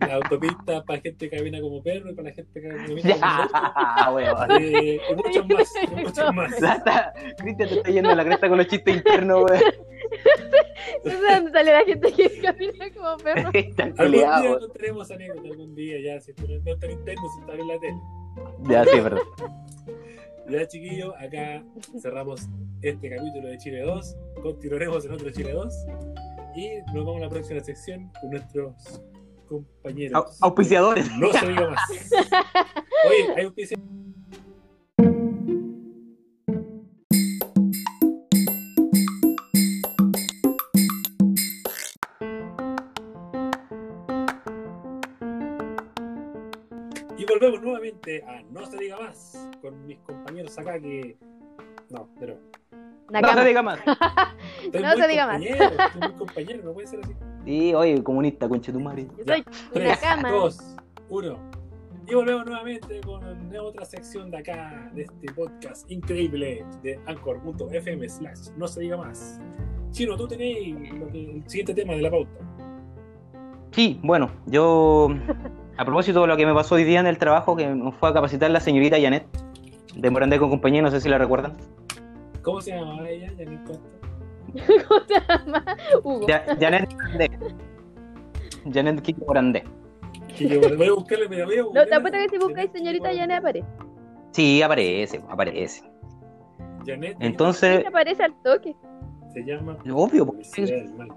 [SPEAKER 1] La autopista *laughs* para la gente que camina como perro y para la gente
[SPEAKER 3] *laughs*
[SPEAKER 1] que camina
[SPEAKER 2] *laughs*
[SPEAKER 1] como loco.
[SPEAKER 2] Ya, Ah, weón.
[SPEAKER 1] Eh, y muchos más, y muchos más.
[SPEAKER 2] Lata, Cristian te está yendo a la cresta con los chistes
[SPEAKER 1] *laughs*
[SPEAKER 2] internos, weón.
[SPEAKER 3] ¿De dónde sale la gente que *laughs* camina como
[SPEAKER 2] *laughs*
[SPEAKER 3] perro?
[SPEAKER 2] Está
[SPEAKER 1] Algún día
[SPEAKER 2] culiao, weón.
[SPEAKER 1] no tenemos anécdota, algún día ya, si tú no no estás interno, si estás en la tele.
[SPEAKER 2] Ya, sí, es verdad.
[SPEAKER 1] Ya, chiquillos, acá cerramos este capítulo de Chile 2. Continuaremos en otro Chile 2. Y nos vamos a la próxima sección con nuestros compañeros.
[SPEAKER 2] Au- auspiciadores.
[SPEAKER 1] No se diga más. Oye, hay auspicio. Y volvemos nuevamente a No se diga más con mis compañeros acá que. No, pero.
[SPEAKER 2] No se
[SPEAKER 3] Nakama.
[SPEAKER 2] diga más.
[SPEAKER 1] estoy
[SPEAKER 3] No
[SPEAKER 1] muy
[SPEAKER 3] se diga más.
[SPEAKER 1] compañero, Estoy muy compañero, no puede ser así.
[SPEAKER 2] Sí, oye, comunista, conchetumare.
[SPEAKER 3] Yo soy
[SPEAKER 1] Tres,
[SPEAKER 3] Nakama.
[SPEAKER 1] dos, uno. Y volvemos nuevamente con otra sección de acá, de este podcast increíble de anchor.fm slash no se diga más. Chino, tú tenés lo que- el siguiente tema de la pauta.
[SPEAKER 2] Sí, bueno, yo. A propósito de lo que me pasó hoy día en el trabajo, que nos fue a capacitar la señorita Janet de Morandé con compañía, no sé si la recuerdan.
[SPEAKER 1] ¿Cómo se llamaba ella? Ya ni cuenta.
[SPEAKER 3] Hugo.
[SPEAKER 2] Ya- Janet Morandé. Janet Kiko Morandé.
[SPEAKER 1] Que yo voy a buscarle, me la voy a
[SPEAKER 3] No,
[SPEAKER 1] buscar.
[SPEAKER 3] te apuesto que si buscáis señorita Janet aparece.
[SPEAKER 2] Sí, aparece, aparece.
[SPEAKER 1] Janet.
[SPEAKER 2] Entonces,
[SPEAKER 3] Janet Este aparece al toque.
[SPEAKER 1] Se llama.
[SPEAKER 2] obvio, pues,
[SPEAKER 1] Publicidad
[SPEAKER 2] porque
[SPEAKER 1] del mal.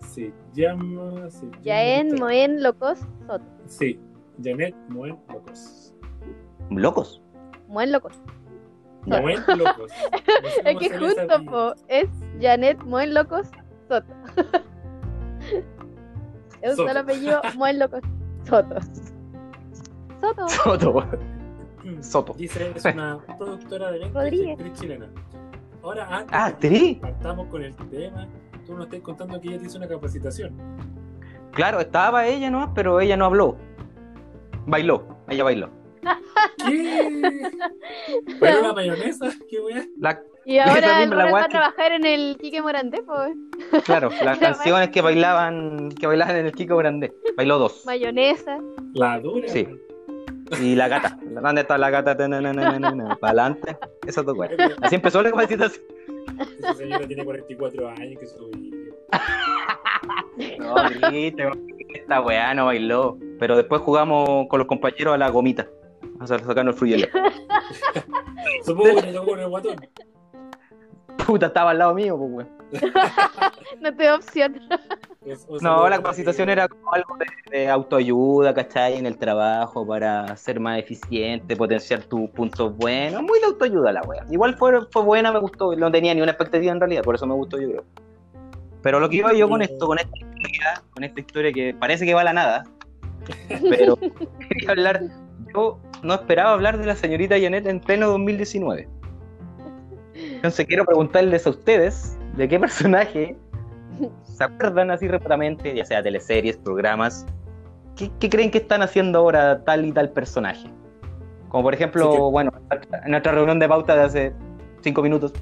[SPEAKER 1] Se llama. Se llama
[SPEAKER 3] Yaen Moen Locos Soto.
[SPEAKER 1] Sí, Janet Moen Locos.
[SPEAKER 2] locos. *laughs*
[SPEAKER 3] Moen Locos. Soto.
[SPEAKER 1] Moen
[SPEAKER 3] *laughs*
[SPEAKER 1] Locos. No sé
[SPEAKER 3] Es
[SPEAKER 1] cómo
[SPEAKER 3] que
[SPEAKER 1] se le
[SPEAKER 3] justo,
[SPEAKER 1] sabía.
[SPEAKER 3] po, es Janet Moen Locos Soto. *laughs* Es un
[SPEAKER 1] Soto.
[SPEAKER 3] solo
[SPEAKER 1] *laughs*
[SPEAKER 3] apellido, Moen Locos Soto. Soto.
[SPEAKER 2] Soto. Soto.
[SPEAKER 1] Dice es una productora de eventos y
[SPEAKER 3] Rodríguez.
[SPEAKER 1] actriz chilena. Ahora, antes
[SPEAKER 2] Ah,
[SPEAKER 1] de que
[SPEAKER 2] ¿actriz?
[SPEAKER 1] partamos con el tema, tú nos estás contando que ella te hizo una capacitación.
[SPEAKER 2] Claro, estaba ella nomás, pero ella no habló. Bailó, ella bailó.
[SPEAKER 1] ¿Qué? ¿Para una mayonesa? ¿Qué weá?
[SPEAKER 2] La, *laughs*
[SPEAKER 3] Y ahora
[SPEAKER 2] misma,
[SPEAKER 3] el
[SPEAKER 2] la
[SPEAKER 3] Rubén va a
[SPEAKER 2] guachi.
[SPEAKER 3] trabajar en el Quique Morandé, pues.
[SPEAKER 2] claro, las canciones que bailaban, que bailaban en el Kiko Grande. Bailó dos.
[SPEAKER 3] Mayonesa.
[SPEAKER 1] La dura.
[SPEAKER 2] Sí. Y la gata. ¿Dónde está la gata? Para adelante. Esas dos weas.
[SPEAKER 1] Pero
[SPEAKER 2] Así empezó la capacitación.
[SPEAKER 1] Esa señora tiene 44 años que soy.
[SPEAKER 2] No, viste, esta weá no bailó. Pero después jugamos con los compañeros a la gomita. O sea, sacarnos el fruyelo.
[SPEAKER 1] Supongo que me tocó con el guatón.
[SPEAKER 2] Puta, estaba al lado mío, pues weón.
[SPEAKER 3] No te doy opción. *laughs*
[SPEAKER 1] O- o
[SPEAKER 2] No,
[SPEAKER 1] supongo
[SPEAKER 2] la
[SPEAKER 1] que-
[SPEAKER 2] capacitación era como algo de, de autoayuda, ¿cachai? En el trabajo para ser más eficiente, potenciar tus puntos buenos. Muy de autoayuda la wea. Igual fue, fue buena, me gustó. No tenía ni una expectativa en realidad, por eso me gustó, yo creo. Pero lo que iba yo con esto, con esta historia, con esta historia que parece que va a la nada, pero quería hablar. Yo no esperaba hablar de la señorita Janet en pleno 2019. Entonces quiero preguntarles a ustedes de qué personaje se acuerdan así rápidamente, ya sea teleseries, programas. ¿Qué, qué creen que están haciendo ahora tal y tal personaje? Como por ejemplo,
[SPEAKER 1] Sí, que-
[SPEAKER 2] bueno, en nuestra reunión de pauta de hace cinco minutos,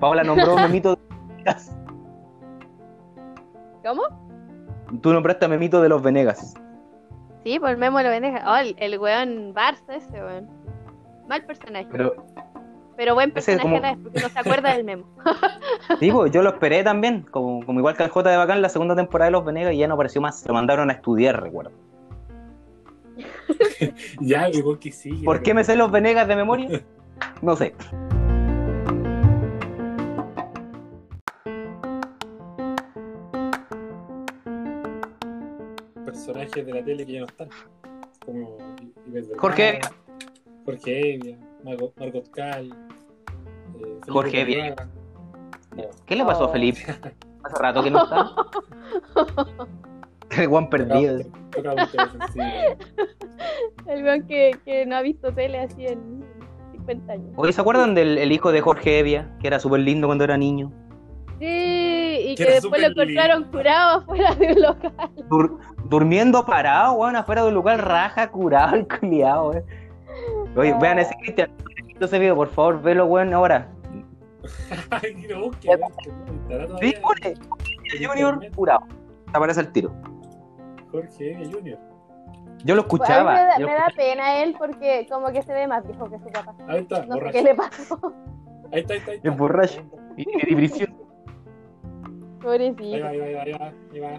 [SPEAKER 2] Paola nombró memito.
[SPEAKER 3] ¿Cómo?
[SPEAKER 2] Tú nombraste a memito de los Venegas.
[SPEAKER 3] Sí, por Memo lo vendeja. Oh, el, el weón Barça ese, weón. Mal personaje. Pero,
[SPEAKER 2] Pero
[SPEAKER 3] buen
[SPEAKER 2] ese es
[SPEAKER 3] personaje
[SPEAKER 2] como-
[SPEAKER 3] a la vez, porque no se acuerda del Memo.
[SPEAKER 4] *laughs*
[SPEAKER 2] Sí, pues, yo lo esperé también, como, como igual que al J de Bacán, la segunda temporada de Los Venegas y ya no apareció más, lo mandaron a estudiar, recuerdo.
[SPEAKER 1] Ya, igual que sí.
[SPEAKER 2] ¿Por qué me sé Los Venegas de memoria? No sé.
[SPEAKER 1] Personajes de la tele que ya no están. Como Ivette Vergara,
[SPEAKER 2] Jorge Evia.
[SPEAKER 1] Jorge Evia, Margot, Margot Cal. eh, Felipe
[SPEAKER 2] Jorge Evia.
[SPEAKER 1] Vergara. No.
[SPEAKER 2] ¿Qué le pasó a
[SPEAKER 3] Oh.
[SPEAKER 2] Felipe? Hace rato que no está. El Juan perdido.
[SPEAKER 1] Tocaba un teléfono, sí.
[SPEAKER 3] El weón que, que no ha visto tele así en 50 años.
[SPEAKER 2] Oye, ¿se acuerdan del el hijo de Jorge Evia, que era súper lindo cuando era niño?
[SPEAKER 3] Sí, y
[SPEAKER 1] Que
[SPEAKER 3] que,
[SPEAKER 1] era
[SPEAKER 3] después lo
[SPEAKER 1] súper
[SPEAKER 3] encontraron curado afuera de un local.
[SPEAKER 2] Dur- durmiendo parado, weón, afuera de un lugar raja, curado, *laughs* el culiao, weón. Oye,
[SPEAKER 3] Ah.
[SPEAKER 2] vean ese Cristian, ese video, por favor, velo, weón, ahora.
[SPEAKER 1] *laughs* Ay, que lo busque, lo busque, ¿no? eh, Estará todavía
[SPEAKER 2] Sí, pone,
[SPEAKER 1] en
[SPEAKER 2] Junior,
[SPEAKER 1] internet.
[SPEAKER 2] curado. Aparece al tiro.
[SPEAKER 1] Jorge Evia Junior.
[SPEAKER 2] Yo lo escuchaba.
[SPEAKER 4] A mí
[SPEAKER 2] yo-
[SPEAKER 4] me, da, me da pena él porque como que se ve más viejo que su papá.
[SPEAKER 1] Ahí está,
[SPEAKER 4] No sé
[SPEAKER 1] borracho.
[SPEAKER 4] qué le *laughs* pasó.
[SPEAKER 1] Ahí está, ahí está. ahí está.
[SPEAKER 2] Es borracho. y- y Bricio.
[SPEAKER 1] Ahí va,
[SPEAKER 3] Pobrecito.
[SPEAKER 1] ahí va, ahí va, ahí va, ahí va.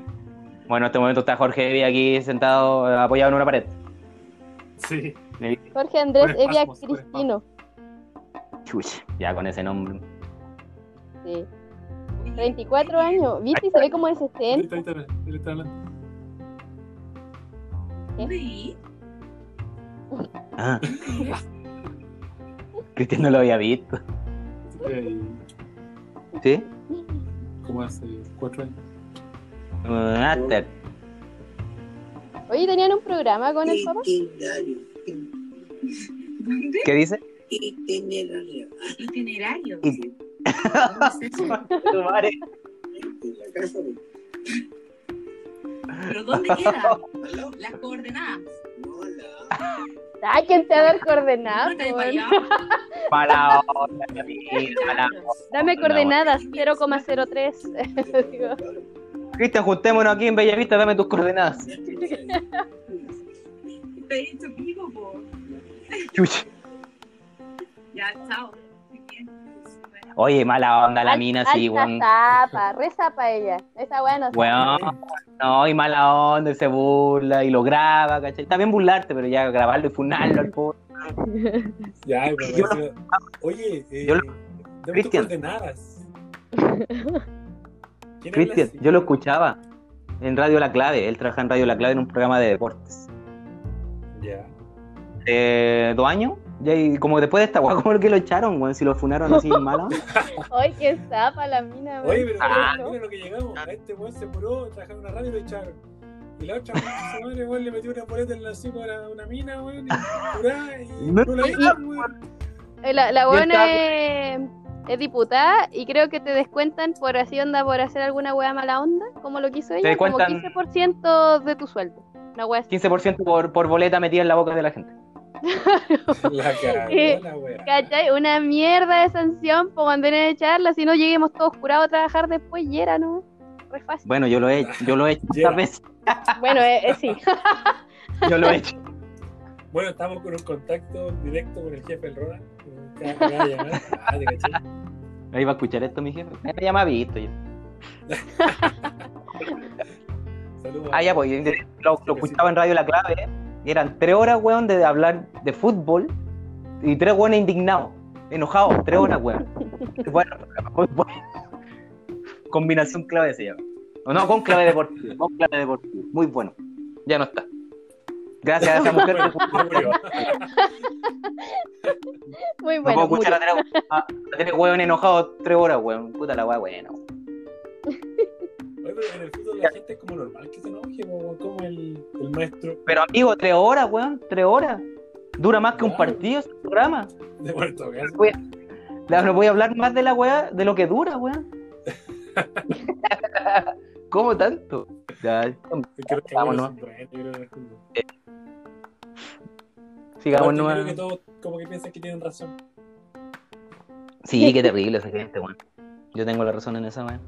[SPEAKER 2] Bueno, en este momento está Jorge Evia aquí sentado, eh, apoyado en una pared.
[SPEAKER 1] Sí.
[SPEAKER 2] Me dice,
[SPEAKER 4] Jorge Andrés
[SPEAKER 1] Por
[SPEAKER 4] Evia
[SPEAKER 1] espasmos, por
[SPEAKER 4] Cristino.
[SPEAKER 2] chucha, ya con ese nombre.
[SPEAKER 4] Sí. 34 años. ¿Viste? Y se ve como de 60.
[SPEAKER 1] Ahorita, ahorita, ahorita hablando.
[SPEAKER 5] Sí.
[SPEAKER 4] *laughs*
[SPEAKER 2] Ah, Cristian no lo había visto.
[SPEAKER 1] Eh,
[SPEAKER 2] ¿Sí?
[SPEAKER 1] como hace cuatro años.
[SPEAKER 2] Ah, está.
[SPEAKER 4] Oye, ¿tenían un programa con el papá?
[SPEAKER 6] Itinerario.
[SPEAKER 5] ¿Dónde?
[SPEAKER 2] ¿Qué dice?
[SPEAKER 6] Itinerario.
[SPEAKER 5] Itinerario.
[SPEAKER 2] Y-
[SPEAKER 5] ¿Dónde es eso?
[SPEAKER 2] Tu madre.
[SPEAKER 6] En la casa de.
[SPEAKER 5] ¿Pero dónde queda?
[SPEAKER 6] ¿Aló?
[SPEAKER 5] Las coordenadas.
[SPEAKER 6] No, la.
[SPEAKER 4] Ay, ¿quién te va a dar
[SPEAKER 5] ¿No
[SPEAKER 4] coordenadas?
[SPEAKER 5] está ahí
[SPEAKER 4] weón?
[SPEAKER 5] para allá?
[SPEAKER 4] *laughs*
[SPEAKER 2] Mala onda, mi amiga, mala
[SPEAKER 3] Dame
[SPEAKER 2] No,
[SPEAKER 3] coordenadas, 0,03. *laughs* Digo,
[SPEAKER 2] Cristian, juntémonos aquí en Bellavista, dame tus coordenadas.
[SPEAKER 5] Está ahí en tu vivo, po.
[SPEAKER 2] Chucha.
[SPEAKER 5] Ya, chao. Muy bien. Pues, Bueno.
[SPEAKER 2] Oye, mala onda la
[SPEAKER 4] Al-
[SPEAKER 2] mina, sí, weón.
[SPEAKER 4] Alta zapa, re zapa ella. Esa weá no
[SPEAKER 2] Weón, no, y mala onda, y se burla y lo graba, ¿cachai? Está bien burlarte, pero ya grabarlo y funarlo al pobre.
[SPEAKER 1] Ya, y me
[SPEAKER 2] Yo lo-
[SPEAKER 1] pareció- Oye, eh,
[SPEAKER 2] yo lo-
[SPEAKER 1] dame tus
[SPEAKER 2] Cristian.
[SPEAKER 4] *laughs*
[SPEAKER 1] coordenadas. ¿Quién habla
[SPEAKER 2] Cristian,
[SPEAKER 1] así?
[SPEAKER 2] yo lo escuchaba en Radio La Clave, él trabaja en Radio La Clave en un programa de deportes.
[SPEAKER 1] Ya.
[SPEAKER 2] Eh, ¿Dos años? Ya, y como después de esta weón, *laughs* como que lo echaron, weón, si lo funaron así mala onda. *laughs*
[SPEAKER 4] Ay, qué zapa la mina, weón.
[SPEAKER 1] Oye, pero
[SPEAKER 2] Ah.
[SPEAKER 1] mira, mira lo que llegamos. A este weón se curó, trabajaba en una radio y lo echaron. Y la otra weón, su madre, weón, le metió una boleta en la hocico a la- una mina, weón, y curá, y
[SPEAKER 2] No,
[SPEAKER 1] no la vieron, weón.
[SPEAKER 3] eh, La, la
[SPEAKER 2] Yo
[SPEAKER 3] buena
[SPEAKER 2] estaba-
[SPEAKER 3] es, es diputada y creo que te descuentan por así onda, por hacer alguna wea mala onda, como lo quiso ella, como
[SPEAKER 2] descuentan-
[SPEAKER 3] 15% de tu sueldo. Una wea así.
[SPEAKER 2] 15% por, por boleta metida en la boca de la gente.
[SPEAKER 1] La *laughs* cagó,
[SPEAKER 3] Sí.
[SPEAKER 1] la weá.
[SPEAKER 3] ¿Cachai? Una mierda de sanción por mandar a echarla, si no lleguemos todos curados a trabajar después y era, ¿no? Re fácil.
[SPEAKER 2] Bueno, yo lo he hecho, yo lo he hecho
[SPEAKER 1] Yeah.
[SPEAKER 2] muchas veces.
[SPEAKER 4] Bueno, eh, eh, sí.
[SPEAKER 3] *laughs*
[SPEAKER 2] Yo lo he hecho.
[SPEAKER 1] Bueno, estamos con un contacto directo con el jefe del Roda. Cada- cada llamada. Ah, te caché.
[SPEAKER 2] Ahí va a escuchar esto, mi jefe. Me llama Vito. yo.
[SPEAKER 1] Saludos.
[SPEAKER 2] Ah, ya, pues yo lo, lo escuchaba en Radio La Clave. ¿eh? Y eran tres horas, weón, de hablar de fútbol. Y tres weones indignados, enojados. Tres horas,
[SPEAKER 4] *laughs*
[SPEAKER 2] weón. Bueno, *laughs* muy bueno. Combinación clave se llama. O no, con clave deportiva. Con clave deportiva. Muy bueno. Ya no está. Gracias a esa
[SPEAKER 4] *laughs*
[SPEAKER 2] mujer.
[SPEAKER 1] Bueno,
[SPEAKER 2] que-
[SPEAKER 1] ya murió.
[SPEAKER 4] Muy
[SPEAKER 2] No
[SPEAKER 4] bueno.
[SPEAKER 2] puedo escuchar a
[SPEAKER 4] murió.
[SPEAKER 2] tres, a- a tres weón enojados tres horas, weón. Puta la weá, bueno.
[SPEAKER 1] Oye, pero en el fútbol la gente es como normal que se enoje, como, como el, el maestro
[SPEAKER 2] Pero amigo, tres horas, weón, tres horas. Dura más que un
[SPEAKER 1] Claro.
[SPEAKER 2] partido este programa.
[SPEAKER 1] de Puerto Gato.
[SPEAKER 2] La- No voy a hablar más de la weá, de lo que
[SPEAKER 1] *laughs*
[SPEAKER 2] dura, weón. ¿Cómo tanto? Ya,
[SPEAKER 1] Creo que
[SPEAKER 2] Vamos,
[SPEAKER 1] bueno,
[SPEAKER 2] ¿no?
[SPEAKER 1] bueno, yo creo que es como-
[SPEAKER 2] sigamos
[SPEAKER 1] Aparte,
[SPEAKER 2] nomás.
[SPEAKER 1] creo que todos como que piensan que tienen razón.
[SPEAKER 2] Sí, qué terrible esa gente, weón. Yo tengo la razón en esa weá.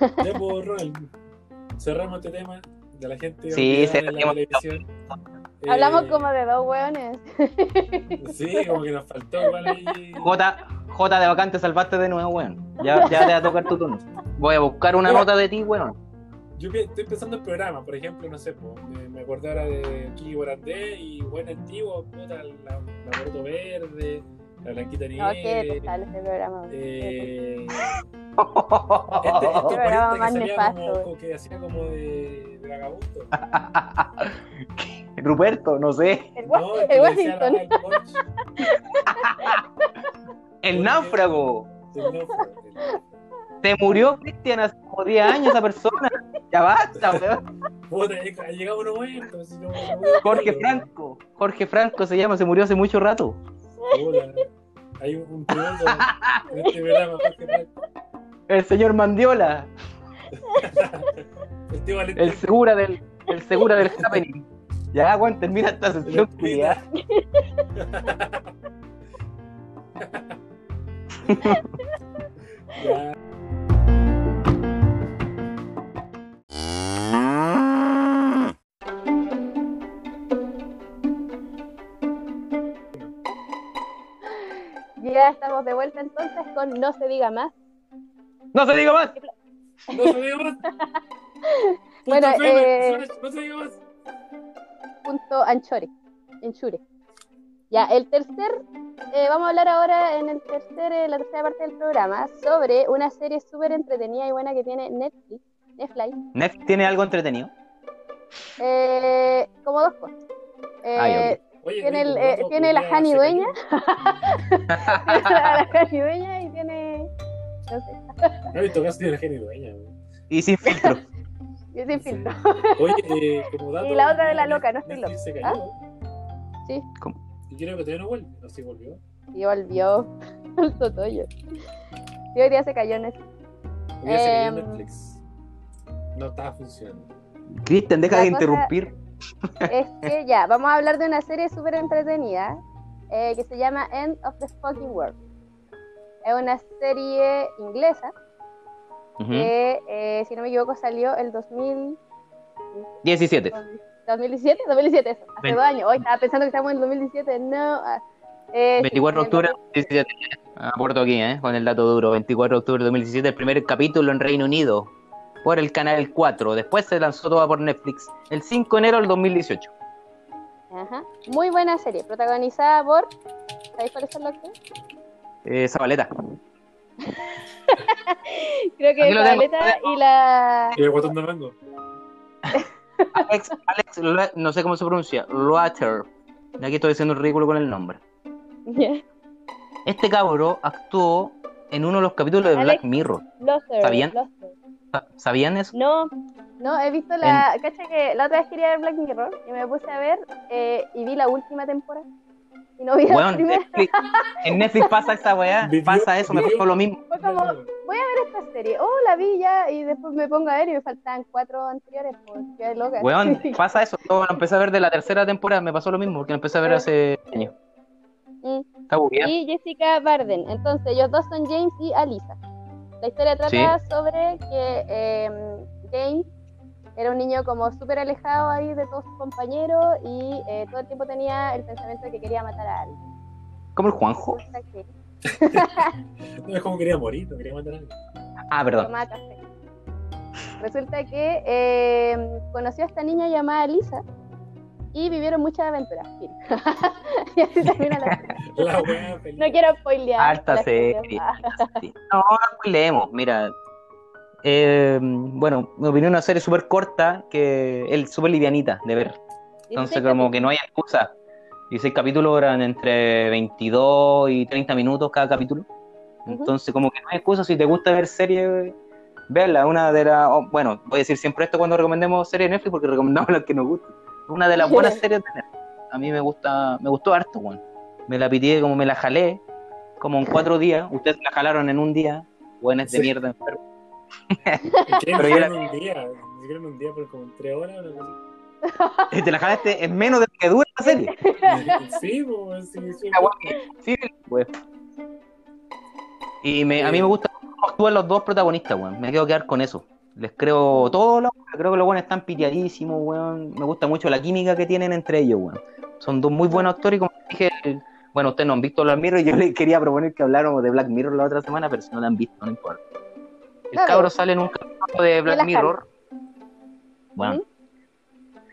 [SPEAKER 1] Ya, pues, Ronald, cerramos este tema de la gente
[SPEAKER 2] Sí,
[SPEAKER 1] olvidada en la
[SPEAKER 2] cerramos.
[SPEAKER 1] televisión. Eh,
[SPEAKER 4] Hablamos como de dos weones.
[SPEAKER 1] Sí, como que nos faltó igual ahí.
[SPEAKER 2] J, J de vacante, salvaste de nuevo, weón. Ya, ya te va a tocar tu turno. Voy a buscar una
[SPEAKER 1] Ya.
[SPEAKER 2] nota de ti, weón.
[SPEAKER 1] Yo pi- estoy pensando en programas, por ejemplo, no sé, po, me, me acordé ahora de Kiki Borandé y Buen Antiguo, puta, la, la Bordo Verde, la Blanquita
[SPEAKER 4] No, qué
[SPEAKER 1] Nieves.
[SPEAKER 4] detestable ese programa. weón.
[SPEAKER 2] *laughs*
[SPEAKER 1] eh, este, este
[SPEAKER 4] Qué programa
[SPEAKER 1] humorista
[SPEAKER 4] más
[SPEAKER 1] que, salía
[SPEAKER 4] nefasto,
[SPEAKER 1] como,
[SPEAKER 4] güey.
[SPEAKER 1] como que hacía como de, de vagabundo.
[SPEAKER 4] *laughs*
[SPEAKER 2] Ruperto, no sé.
[SPEAKER 4] El, Wa-
[SPEAKER 1] No,
[SPEAKER 4] el
[SPEAKER 1] el que le decía la
[SPEAKER 4] Washington.
[SPEAKER 1] Al Borch. El
[SPEAKER 2] El náufrago.
[SPEAKER 4] *laughs*
[SPEAKER 1] náufrago, el náufrago.
[SPEAKER 2] Se murió Cristian hace como 10 años esa persona. Ya basta, weón.
[SPEAKER 1] Puta, ha llegado uno bueno, entonces no, no voy a
[SPEAKER 2] Jorge
[SPEAKER 1] decirlo.
[SPEAKER 2] Franco. Jorge Franco se llama, se murió hace mucho rato.
[SPEAKER 1] Puta, hay un, un piloto
[SPEAKER 2] *laughs*
[SPEAKER 1] en este programa, Jorge Franco.
[SPEAKER 2] El señor Mandiola.
[SPEAKER 1] El tío Valentín.
[SPEAKER 2] El segura del. El segura del happening. Ya, weón, termina esta sesión, culiá.
[SPEAKER 1] Ya.
[SPEAKER 4] Ya estamos de vuelta entonces con No se diga más.
[SPEAKER 2] No se diga más.
[SPEAKER 1] No se diga más. Punto
[SPEAKER 4] *laughs* Bueno,
[SPEAKER 1] FM,
[SPEAKER 4] eh,
[SPEAKER 1] no se diga más.
[SPEAKER 4] Punto Anchore. en Shure. Ya, el tercer, eh, vamos a hablar ahora en el tercer, eh, la tercera parte del programa sobre una serie súper entretenida y buena que tiene Netflix, Netflix,
[SPEAKER 2] Netflix tiene algo entretenido.
[SPEAKER 4] eh, como dos cosas.
[SPEAKER 2] Ay,
[SPEAKER 4] Eh, *laughs*
[SPEAKER 2] ok.
[SPEAKER 1] Oye,
[SPEAKER 4] Tiene el,
[SPEAKER 1] rico,
[SPEAKER 4] eh,
[SPEAKER 1] guapo,
[SPEAKER 4] tiene la
[SPEAKER 1] culiao,
[SPEAKER 4] Hani
[SPEAKER 1] se
[SPEAKER 4] dueña.
[SPEAKER 1] cayó.
[SPEAKER 4] a la caribeña y tiene. No sé,
[SPEAKER 1] No he visto casi de la Hani dueña. güey.
[SPEAKER 2] Y *laughs* sin filtro.
[SPEAKER 4] yo sin filtro.
[SPEAKER 1] Oye, eh, como dato.
[SPEAKER 4] Y *laughs* la otra de la loca, no estoy
[SPEAKER 1] Netflix
[SPEAKER 4] loca. ¿Ah?
[SPEAKER 1] Se cayó.
[SPEAKER 4] Sí.
[SPEAKER 1] Y creo que todavía no vuelve. No sé, volvió.
[SPEAKER 4] Y volvió el totoyo. Y hoy día se cayó en eso.
[SPEAKER 1] Hoy día se cayó
[SPEAKER 4] Em.
[SPEAKER 1] Netflix. No estaba funcionando.
[SPEAKER 2] Cristian, deja
[SPEAKER 4] La
[SPEAKER 2] de
[SPEAKER 4] cosa-
[SPEAKER 2] interrumpir.
[SPEAKER 4] Es que ya, vamos a hablar de una serie súper entretenida eh, que se llama End of the Fucking World. Es una serie inglesa
[SPEAKER 2] Ujú.
[SPEAKER 4] que, eh, si no me equivoco, salió el 2000,
[SPEAKER 2] 17.
[SPEAKER 4] 2017. 2017, eso, hace
[SPEAKER 2] Ve-
[SPEAKER 4] dos años. Hoy estaba pensando que estamos en el 2017. No. ah, eh, sí,
[SPEAKER 2] 24 de
[SPEAKER 4] en
[SPEAKER 2] octubre de 2017. Aporto aquí, ¿eh? con el dato duro. 24 de octubre de 2017, el primer capítulo en Reino Unido. Por el canal 4. Después se lanzó toda por Netflix. El 5 de enero del 2018.
[SPEAKER 4] Ajá. Muy buena serie, protagonizada por. ¿Sabéis cuáles son los actores?
[SPEAKER 2] Eh, Zabaleta.
[SPEAKER 4] Creo que
[SPEAKER 2] Aquí lo tengo.
[SPEAKER 4] Violeta y la. *laughs*
[SPEAKER 1] Y el guatón de mango.
[SPEAKER 2] Alex, Alex, Lo- no sé cómo se pronuncia. Loater. Aquí estoy haciendo el ridículo con el nombre. Este cabro actuó en uno de los capítulos de
[SPEAKER 4] Alex.
[SPEAKER 2] Black Mirror.
[SPEAKER 4] Lothar.
[SPEAKER 2] ¿Sabían?
[SPEAKER 4] Lothar.
[SPEAKER 2] ¿Sabían eso?
[SPEAKER 4] No, no, he visto la. Cacha que la otra vez quería ver Black Mirror y me puse a ver eh, y vi la última temporada. Y no vi la
[SPEAKER 2] Weón,
[SPEAKER 4] primera.
[SPEAKER 2] Netflix- en Netflix pasa esa weá,
[SPEAKER 1] Vivió-
[SPEAKER 2] pasa eso, me
[SPEAKER 1] vivió-
[SPEAKER 2] pasó lo mismo.
[SPEAKER 4] Fue como esta serie. Oh, la vi ya y después me pongo a ver y me faltan cuatro anteriores. Pues, qué loca.
[SPEAKER 2] Weón, pasa eso. Yo lo empecé a ver de la tercera temporada, me pasó lo mismo, porque lo empecé a ver hace años.
[SPEAKER 4] Ah. Mm.
[SPEAKER 2] Está bugueado.
[SPEAKER 4] y Jessica Barden. Entonces, ellos dos son James y Alisa. La historia trata sobre que eh, James era un niño como súper alejado ahí de todos sus compañeros y eh, todo el tiempo tenía el pensamiento de que quería matar a alguien.
[SPEAKER 2] Como el Juanjo.
[SPEAKER 4] Cosa que
[SPEAKER 1] No es como quería morir, no quería matar a alguien.
[SPEAKER 2] Ah, perdón.
[SPEAKER 4] tomaba café. Resulta que eh, conoció a esta niña llamada Lisa y vivieron muchas aventuras. Fin. *laughs* y así termina la serie.
[SPEAKER 1] La wea feliz.
[SPEAKER 4] *laughs* No quiero spoilear.
[SPEAKER 2] Harta
[SPEAKER 4] la serie.
[SPEAKER 2] serie.
[SPEAKER 4] Ah,
[SPEAKER 2] Sí. No, no leemos, mira. Eh, bueno, me opinión una serie súper corta, que es súper livianita de ver. Entonces,
[SPEAKER 4] 16
[SPEAKER 2] como que no hay excusa. 16 capítulos eran entre 22 y 30 minutos cada capítulo. Entonces, como que no hay excusa. Si te gusta ver series, verla. Una de las. oh, bueno, voy a decir siempre esto cuando recomendemos series de Netflix porque recomendamos *laughs* las que nos gustan. Una de las buenas series de Netflix. A mí me gusta, me gustó harto, weón. Me la pitié como me la jalé, como en cuatro días. Ustedes la jalaron en un día. Buenas de
[SPEAKER 1] Sí.
[SPEAKER 2] mierda, enfermo.
[SPEAKER 1] Creen
[SPEAKER 2] Pero
[SPEAKER 1] que
[SPEAKER 2] yo
[SPEAKER 1] era un día, ni siquiera en un día, pero como en tres horas. una cosa
[SPEAKER 2] Y Eh, Te la jalaste en menos de lo que dura la serie.
[SPEAKER 1] así.
[SPEAKER 4] *laughs*
[SPEAKER 1] Sí, pues, sí, sí.
[SPEAKER 2] La weá que- sí, weón. Y me- a mí me gusta cómo actúan los dos protagonistas, weón. Me quiero quedar con eso. Les creo todo, la weá. creo que los buenos están piteadísimos, weón. Me gusta mucho la química que tienen entre ellos, weón. Son dos muy buenos actores y como dije, el- bueno, ustedes no han visto Black Mirror, yo les quería proponer que habláramos de Black Mirror la otra semana, pero si no la han visto, no importa. El
[SPEAKER 4] Dale.
[SPEAKER 2] cabro sale en un capítulo de
[SPEAKER 4] la
[SPEAKER 2] Black
[SPEAKER 4] jalo.
[SPEAKER 2] Mirror. Bueno.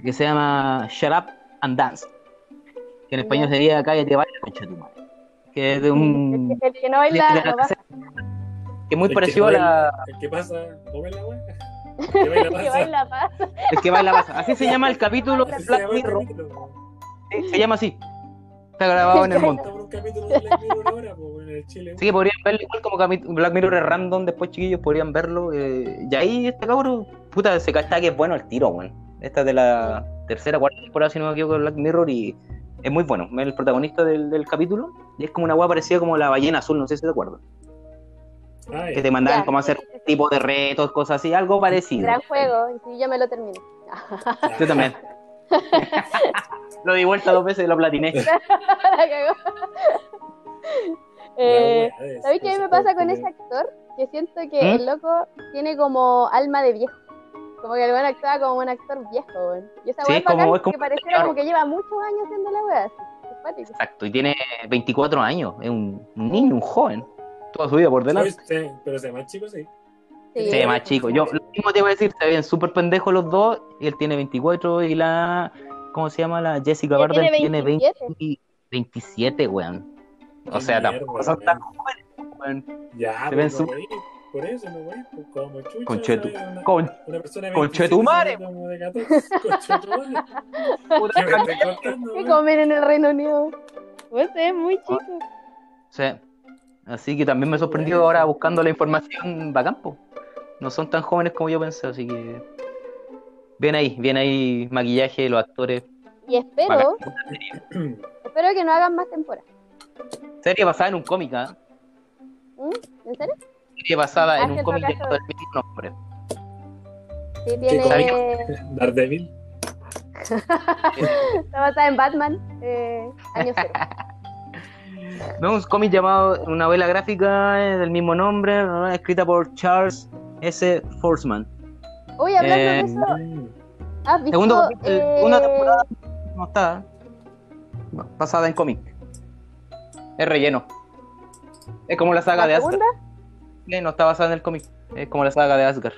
[SPEAKER 2] Que se llama Shut Up and Dance. Que en español sería Cállate, baila, concha de tu madre. Que es de un
[SPEAKER 4] El que- el que no baila, no baila.
[SPEAKER 2] que es muy
[SPEAKER 1] El
[SPEAKER 2] parecido a
[SPEAKER 1] que
[SPEAKER 2] la.
[SPEAKER 1] El que pasa, come la wea. El que baila
[SPEAKER 4] *laughs* El que
[SPEAKER 1] pasa.
[SPEAKER 4] baila pasa.
[SPEAKER 2] El que baila baza. Así se llama
[SPEAKER 1] *laughs*
[SPEAKER 2] el capítulo de
[SPEAKER 1] Así se
[SPEAKER 2] Black
[SPEAKER 1] llama el
[SPEAKER 2] Mirror.
[SPEAKER 1] capítulo.
[SPEAKER 2] Sí, Se llama así. Está grabado
[SPEAKER 1] *laughs*
[SPEAKER 2] en el mundo.
[SPEAKER 1] Estamos por un capítulo de Black Mirror ahora, pues, en el Chile.
[SPEAKER 2] Así que podrían verlo igual como cami- Black Mirror es random. Después, chiquillos, podrían verlo. eh, y ahí este cabrón, puta, se cae que es bueno el tiro, weón. Esta es de la tercera, cuarta temporada, si no me equivoco, de Black Mirror. Y es muy bueno. Es el protagonista del, del capítulo. Y es como una weá parecida como la ballena azul, no sé si te acuerdas.
[SPEAKER 1] Ah,
[SPEAKER 2] Que
[SPEAKER 1] ya.
[SPEAKER 2] te mandaban
[SPEAKER 4] Ya.
[SPEAKER 2] como a hacer tipo de retos, cosas así, algo parecido.
[SPEAKER 4] Gran juego, y sí, yo me lo terminé.
[SPEAKER 2] Yo también. lo di vuelta dos veces y lo platiné.
[SPEAKER 4] *laughs* La cagó.
[SPEAKER 1] La
[SPEAKER 4] Eh,
[SPEAKER 1] wea de-
[SPEAKER 4] ¿Sabéis qué a mí me pasa con ese
[SPEAKER 1] esa
[SPEAKER 2] Este,
[SPEAKER 4] actor? Que siento que
[SPEAKER 2] ¿Mm?
[SPEAKER 4] el loco tiene como alma de viejo. Como que el weón actúa como un actor viejo, weón. Y esa
[SPEAKER 2] Sí,
[SPEAKER 4] weón
[SPEAKER 2] es como- es como-
[SPEAKER 4] que pareciera como que lleva muchos años haciendo la weá. así. Simpático.
[SPEAKER 2] Exacto, y tiene 24 años, es un, un niño, un joven, toda su vida por delante.
[SPEAKER 1] Sí, Pues, eh, pero se llama chico, sí.
[SPEAKER 4] Sí.
[SPEAKER 2] Sí, más chico. Yo lo mismo te iba a decir, se ven súper pendejos los dos, y él tiene 24 y la ¿Cómo se llama la Jessica
[SPEAKER 4] Ya
[SPEAKER 2] Barden?
[SPEAKER 4] tiene
[SPEAKER 2] Tiene
[SPEAKER 4] 27.
[SPEAKER 2] 20 27, weón. O sea,
[SPEAKER 1] Mierda,
[SPEAKER 2] tampoco son
[SPEAKER 1] weón.
[SPEAKER 2] tan jóvenes, weón.
[SPEAKER 1] Ya,
[SPEAKER 2] Se
[SPEAKER 1] pues,
[SPEAKER 2] ven
[SPEAKER 1] no
[SPEAKER 2] su-
[SPEAKER 1] voy, Por eso no voy, pues, como chucha.
[SPEAKER 2] Conchetu-
[SPEAKER 1] ¿sabes? Una-
[SPEAKER 2] Con
[SPEAKER 1] una persona de
[SPEAKER 2] conchetumare.
[SPEAKER 1] 27 como de *laughs* 14, conchetumare.
[SPEAKER 2] puta
[SPEAKER 1] ¿Qué me
[SPEAKER 2] cam-
[SPEAKER 1] estoy contando,
[SPEAKER 4] ¿Qué
[SPEAKER 1] weón?
[SPEAKER 4] comen en el Reino Unido? Pues es muy chico.
[SPEAKER 2] Ah, Sí. Así que también me sorprendió ahora buscando la información Bacampo. No son tan jóvenes como yo pensé, así que. Bien ahí, bien ahí maquillaje, los actores.
[SPEAKER 4] Y espero, espero que no hagan más temporadas.
[SPEAKER 2] Serie basada en un cómic, ¿ah?
[SPEAKER 4] ¿En serio?
[SPEAKER 2] Serie basada en
[SPEAKER 4] Ah,
[SPEAKER 2] un
[SPEAKER 4] que
[SPEAKER 2] cómic
[SPEAKER 4] toca
[SPEAKER 2] de del mismo nombre.
[SPEAKER 4] Sí, tiene.
[SPEAKER 1] Daredevil.
[SPEAKER 4] Está basada en Batman, eh, año
[SPEAKER 2] *laughs*
[SPEAKER 4] cero.
[SPEAKER 2] No, un cómic llamado una novela gráfica eh, del mismo nombre, ¿no? escrita por Charles S. Forsman.
[SPEAKER 4] Uy, hablando de
[SPEAKER 2] Eh,
[SPEAKER 4] eso,
[SPEAKER 1] Mm.
[SPEAKER 4] ¿has visto
[SPEAKER 2] Segundo, capítulo,
[SPEAKER 4] eh,
[SPEAKER 2] segunda temporada no está. no, basada en cómic. Es relleno. Es como la saga
[SPEAKER 4] la
[SPEAKER 2] de Asgard.
[SPEAKER 4] segunda?
[SPEAKER 2] Eh, No está basada en el cómic. Es como la saga de Asgard.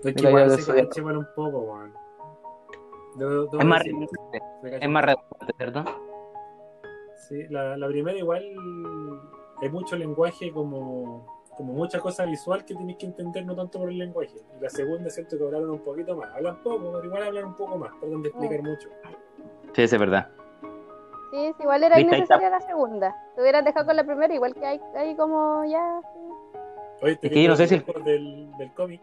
[SPEAKER 1] Es que
[SPEAKER 2] Mira,
[SPEAKER 1] igual
[SPEAKER 2] yo
[SPEAKER 1] se
[SPEAKER 2] soy-
[SPEAKER 1] cacha igual un poco, weón. Debo- debo
[SPEAKER 2] Es más,
[SPEAKER 1] decir,
[SPEAKER 2] redundante,
[SPEAKER 1] se cacha.
[SPEAKER 2] es más redundante, ¿verdad?
[SPEAKER 1] Sí, la, la primera igual hay mucho lenguaje como, como mucha cosa visual que tienes que entender no tanto por el lenguaje. Y la segunda siento que hablaron un poquito más. Hablan poco, pero igual hablan un poco más. Tratan de explicar
[SPEAKER 2] Mm.
[SPEAKER 1] mucho.
[SPEAKER 2] Sí, sí, es verdad.
[SPEAKER 4] Sí, sí, igual era
[SPEAKER 2] Viste, ahí
[SPEAKER 4] innecesaria la segunda. Te hubieras dejado con la primera, igual que hay, hay como ya. sí.
[SPEAKER 1] Oye, te
[SPEAKER 2] Es que yo no sé si el-
[SPEAKER 1] recuerdo del, del cómic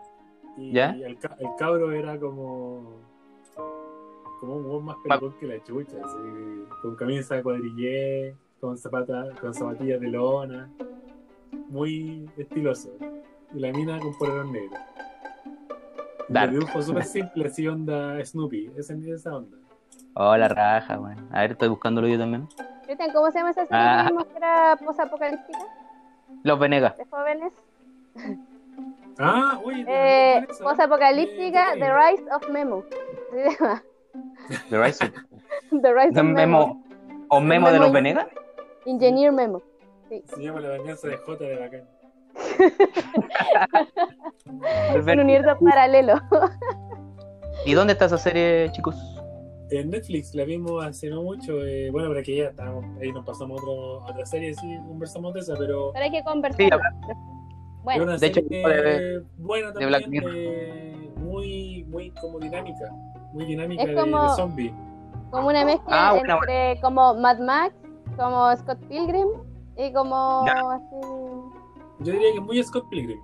[SPEAKER 1] y,
[SPEAKER 2] ¿Ya?
[SPEAKER 1] y el, ca- el cabro era como como un hueón más pelucón que la chucha, así, con camisa de cuadrillé, con zapata, con zapatillas de lona, muy estiloso. Y la mina con polerón negro. Y
[SPEAKER 2] Dark.
[SPEAKER 1] El dibujo súper simple, así onda Snoopy, esa, esa onda.
[SPEAKER 2] Oh, la raja, bueno. A ver, estoy buscándolo yo también.
[SPEAKER 4] Cristian, ¿cómo se llama esa serie
[SPEAKER 2] Ah.
[SPEAKER 4] que vimos que era posapocalíptica
[SPEAKER 2] Los Venegas.
[SPEAKER 4] de jóvenes?
[SPEAKER 1] Ah, oye,
[SPEAKER 4] Eh,
[SPEAKER 1] ¿cuál es esa?
[SPEAKER 4] posapocalíptica,
[SPEAKER 1] Eh,
[SPEAKER 4] The Rise of Memo. Así se llama,
[SPEAKER 2] The Rise of-
[SPEAKER 4] *laughs* The Rise
[SPEAKER 2] ¿De
[SPEAKER 4] of Memo.
[SPEAKER 2] Memo. ¿O Memo de
[SPEAKER 4] Memo
[SPEAKER 2] los
[SPEAKER 4] y-
[SPEAKER 2] Venegas?
[SPEAKER 4] Engineer Memo.
[SPEAKER 1] Se llama La venganza de J de Bacán.
[SPEAKER 4] Un universo paralelo.
[SPEAKER 2] ¿Y dónde está esa serie, chicos?
[SPEAKER 1] En Netflix la vimos hace no mucho. eh, bueno, pero que ya estábamos, ahí nos pasamos a otro- a otra serie, sí, conversamos de esa, pero
[SPEAKER 4] Pero hay que
[SPEAKER 2] Sí,
[SPEAKER 4] conversar.
[SPEAKER 2] habla-
[SPEAKER 1] es
[SPEAKER 4] Bueno,
[SPEAKER 1] una
[SPEAKER 2] de hecho,
[SPEAKER 1] serie
[SPEAKER 2] de-
[SPEAKER 1] buena
[SPEAKER 2] de Black
[SPEAKER 1] también,
[SPEAKER 2] Mirror.
[SPEAKER 1] eh, muy, muy como dinámica, muy dinámica
[SPEAKER 4] Es
[SPEAKER 1] de,
[SPEAKER 4] como-
[SPEAKER 1] de zombie.
[SPEAKER 4] como una mezcla
[SPEAKER 2] Ah, buena,
[SPEAKER 4] entre como Mad Max, como Scott Pilgrim y como
[SPEAKER 2] Ya.
[SPEAKER 4] así.
[SPEAKER 1] Yo diría que es muy Scott Pilgrim.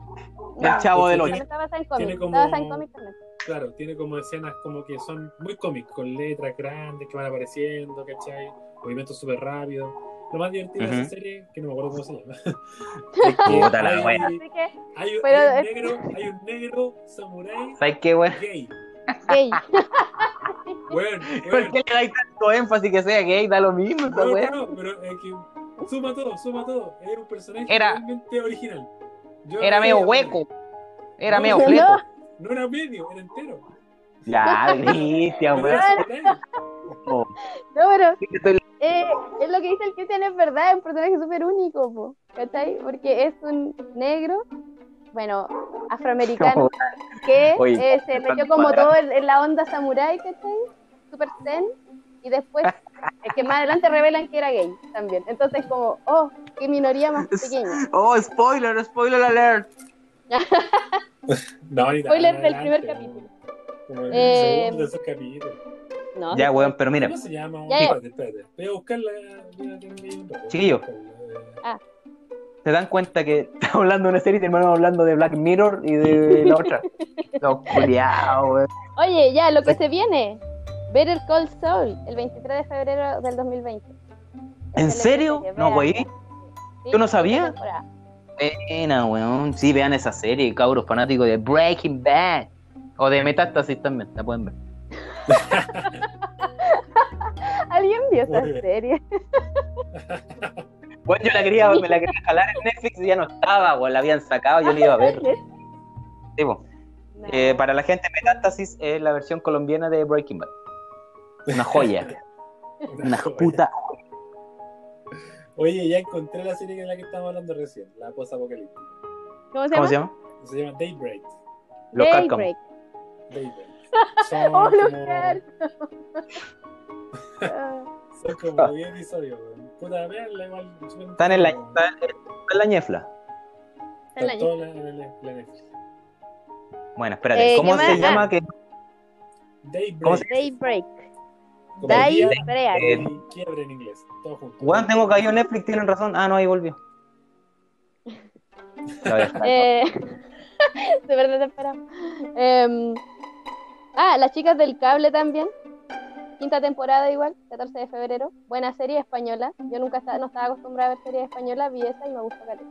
[SPEAKER 2] El Chavo
[SPEAKER 1] del
[SPEAKER 4] Ocho.
[SPEAKER 1] Ocho.
[SPEAKER 4] Estaba en cómic,
[SPEAKER 1] Tiene como-
[SPEAKER 4] estaba en cómic también.
[SPEAKER 1] Claro, tiene como escenas como que son muy cómics, con letras grandes que van apareciendo, ¿cachai? Movimientos súper rápidos. Lo más divertido de
[SPEAKER 2] Ujú.
[SPEAKER 1] esa serie, que no me acuerdo cómo se
[SPEAKER 2] *laughs*
[SPEAKER 1] llama. es que
[SPEAKER 2] Puta la
[SPEAKER 1] hay-
[SPEAKER 2] wea.
[SPEAKER 4] Así que,
[SPEAKER 2] *laughs*
[SPEAKER 1] hay un-
[SPEAKER 4] Pero
[SPEAKER 1] hay un
[SPEAKER 4] es-
[SPEAKER 1] negro, hay un negro samurái
[SPEAKER 2] ¿Sabes qué, weón?
[SPEAKER 1] gay.
[SPEAKER 4] gay.
[SPEAKER 1] Weón,
[SPEAKER 2] ¿Por
[SPEAKER 1] weón,
[SPEAKER 2] qué le dais tanto énfasis que sea gay? Da lo mismo, esta
[SPEAKER 1] weón,
[SPEAKER 2] weá.
[SPEAKER 1] no, pero es que suma todo, suma todo. Era un personaje
[SPEAKER 2] Era-
[SPEAKER 1] realmente original. Yo
[SPEAKER 2] Era
[SPEAKER 1] no
[SPEAKER 2] medio
[SPEAKER 1] sabía-
[SPEAKER 2] hueco. Era
[SPEAKER 1] No,
[SPEAKER 2] medio
[SPEAKER 1] no.
[SPEAKER 2] fleco.
[SPEAKER 1] No era medio, era entero.
[SPEAKER 2] Ya, Cristian,
[SPEAKER 1] Era
[SPEAKER 2] weón.
[SPEAKER 1] samurái.
[SPEAKER 4] No, pero
[SPEAKER 2] Sí, estoy-
[SPEAKER 4] eh, es lo que dice el Cristian, es verdad, es un personaje súper único, po, ¿cachai? Porque es un negro, bueno, afroamericano, que
[SPEAKER 2] Oye,
[SPEAKER 4] eh, se
[SPEAKER 2] están
[SPEAKER 4] metió como
[SPEAKER 2] cuadrados.
[SPEAKER 4] todo en, en la onda samurái, ¿cachai? Super zen, y después, es que más adelante revelan que era gay también. Entonces, como, oh, qué minoría más pequeña.
[SPEAKER 2] Oh, spoiler, spoiler alert.
[SPEAKER 1] No, ni
[SPEAKER 4] Spoiler
[SPEAKER 1] tan
[SPEAKER 4] del
[SPEAKER 1] adelante,
[SPEAKER 4] primer
[SPEAKER 1] como- Como el
[SPEAKER 4] Eh,
[SPEAKER 1] segundo, tercer capítulo.
[SPEAKER 4] No,
[SPEAKER 2] Ya, weón, pero mira.
[SPEAKER 1] ¿Cómo se llama?
[SPEAKER 4] Ya, ya.
[SPEAKER 1] Espérate, espérate. Voy a buscarla. voy a tener que ir un rato.
[SPEAKER 2] Chiquillo.
[SPEAKER 1] Eh,
[SPEAKER 2] se dan cuenta que *laughs* estamos hablando de una serie y terminamos hablando de Black Mirror y de la *laughs* otra. Los culiados, weón.
[SPEAKER 4] Oye, ya, lo que se viene. Better Call Saul, el 23 de febrero del 2020.
[SPEAKER 2] ¿En serio? No, güey.
[SPEAKER 4] Sí,
[SPEAKER 2] Yo no sabía.
[SPEAKER 4] temporada.
[SPEAKER 2] Pena, weón. Sí, vean esa serie, cabros fanáticos de Breaking Bad. O de Metástasis también, la pueden ver.
[SPEAKER 4] ¿Alguien vio esa
[SPEAKER 1] Oye.
[SPEAKER 4] serie?
[SPEAKER 2] Bueno, yo la quería, me la quería jalar en Netflix y ya no estaba, weón. La habían sacado, yo la iba a
[SPEAKER 4] *laughs*
[SPEAKER 2] ver. Sí, po.
[SPEAKER 4] No.
[SPEAKER 2] Eh, para la gente, Metástasis es la versión colombiana de Breaking Bad. Una joya.
[SPEAKER 1] *laughs*
[SPEAKER 2] Una puta.
[SPEAKER 1] Oye, ya encontré la serie de la que estábamos hablando recién, la post apocalíptica.
[SPEAKER 4] ¿Cómo se
[SPEAKER 2] ¿Cómo
[SPEAKER 4] llama?
[SPEAKER 2] se llama?
[SPEAKER 1] Se llama Daybreak.
[SPEAKER 2] Los
[SPEAKER 4] Daybreak.
[SPEAKER 2] cárcamos.
[SPEAKER 1] Daybreak. Son *laughs*
[SPEAKER 4] Oh,
[SPEAKER 1] como-
[SPEAKER 4] Luciano. Ah,
[SPEAKER 1] Son como 10 episodios, weón. Puta, veanla igual.
[SPEAKER 2] Están en la, está- está en la ñefla.
[SPEAKER 4] está en la
[SPEAKER 1] Todo en la- en la- en la Netflix.
[SPEAKER 2] Bueno, espérate,
[SPEAKER 3] Eh,
[SPEAKER 2] ¿cómo
[SPEAKER 3] ¿qué
[SPEAKER 2] se
[SPEAKER 3] más?
[SPEAKER 2] llama? Que
[SPEAKER 1] Daybreak.
[SPEAKER 2] ¿Cómo se-
[SPEAKER 3] Daybreak.
[SPEAKER 1] Como día
[SPEAKER 3] Daybreak.
[SPEAKER 2] Eh,
[SPEAKER 1] y quiebre en inglés. Todo junto.
[SPEAKER 2] Weón, tengo caído en Netflix, tienen razón. Ah, no, ahí
[SPEAKER 4] *laughs*
[SPEAKER 2] volvió. La voy a dejar.
[SPEAKER 4] eh, *laughs* de verdad te esperamos. Em, ah, Las chicas del cable también. Quinta temporada igual, 14 de febrero. Buena serie española. Yo nunca estaba, no estaba acostumbrada a ver series españolas, vi esa y me gustó caleta.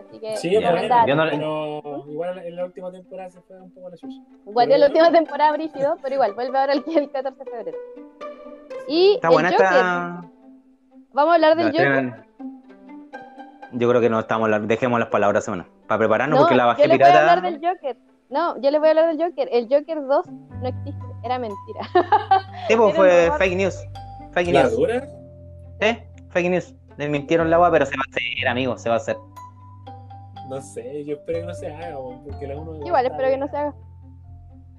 [SPEAKER 4] Así que
[SPEAKER 1] Sí,
[SPEAKER 2] Ya,
[SPEAKER 1] pero-
[SPEAKER 4] recomendada.
[SPEAKER 2] yo no-
[SPEAKER 1] pero igual en la última temporada se fue un poco la chucha.
[SPEAKER 4] Vuelve la última temporada brígido, pero igual, vuelve ahora el que- el 14 de febrero. Y
[SPEAKER 2] Está
[SPEAKER 4] el
[SPEAKER 2] buena
[SPEAKER 4] Joker.
[SPEAKER 2] esta.
[SPEAKER 4] Vamos a hablar del
[SPEAKER 2] No,
[SPEAKER 4] Joker.
[SPEAKER 2] tengan- Yo creo que no estamos, la- dejemos las palabras semana. Para prepararnos, porque la
[SPEAKER 4] yo
[SPEAKER 2] bajé
[SPEAKER 4] les voy a
[SPEAKER 2] pirata.
[SPEAKER 4] hablar del Joker. No, yo les voy a hablar del Joker. El Joker 2 no existe, era mentira. *laughs*
[SPEAKER 2] Sí, pues,
[SPEAKER 4] Miren,
[SPEAKER 2] fue
[SPEAKER 4] no-
[SPEAKER 2] fake news. Fake
[SPEAKER 1] ¿La
[SPEAKER 2] news.
[SPEAKER 1] dura?
[SPEAKER 2] ¿Eh? Fake news. Les mintieron la agua, pero se va a hacer, amigo, se va a hacer.
[SPEAKER 1] No sé, yo espero que no se haga, weón, porque la uno
[SPEAKER 4] Igual, espero que no se haga.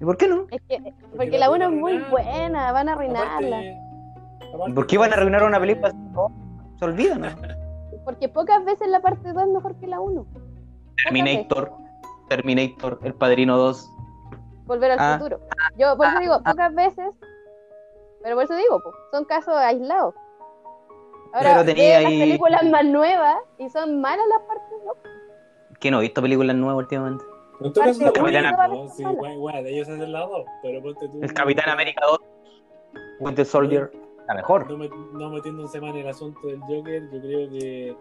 [SPEAKER 2] ¿Y por qué no?
[SPEAKER 4] Es que, porque la 1 es muy buena, van a arruinarla.
[SPEAKER 1] arruinarla.
[SPEAKER 2] ¿Por qué van a arruinar una película? así? No, se olvidan. ¿no?
[SPEAKER 4] Porque pocas veces la parte 2 es mejor que la 1.
[SPEAKER 2] Terminator, Terminator, El Padrino 2.
[SPEAKER 4] Volver al
[SPEAKER 2] Ah.
[SPEAKER 4] futuro. Yo por eso digo, pocas veces. Pero por eso digo, po, son casos aislados. Ahora,
[SPEAKER 2] Pero tenía
[SPEAKER 4] ve las
[SPEAKER 2] ahí-
[SPEAKER 4] películas más nuevas y son malas las partes 2.
[SPEAKER 2] Que no he visto películas nuevas últimamente.
[SPEAKER 1] En todo caso,
[SPEAKER 4] Parte
[SPEAKER 1] la
[SPEAKER 2] Capitán
[SPEAKER 1] uno,
[SPEAKER 4] América.
[SPEAKER 1] ¿no? Sí, igual, igual, ellos hacen la dos, pero ponte tú.
[SPEAKER 2] El Capitán América 2, Winter Soldier, la mejor.
[SPEAKER 1] No, met- no metiéndose más en el asunto del Joker, yo creo que.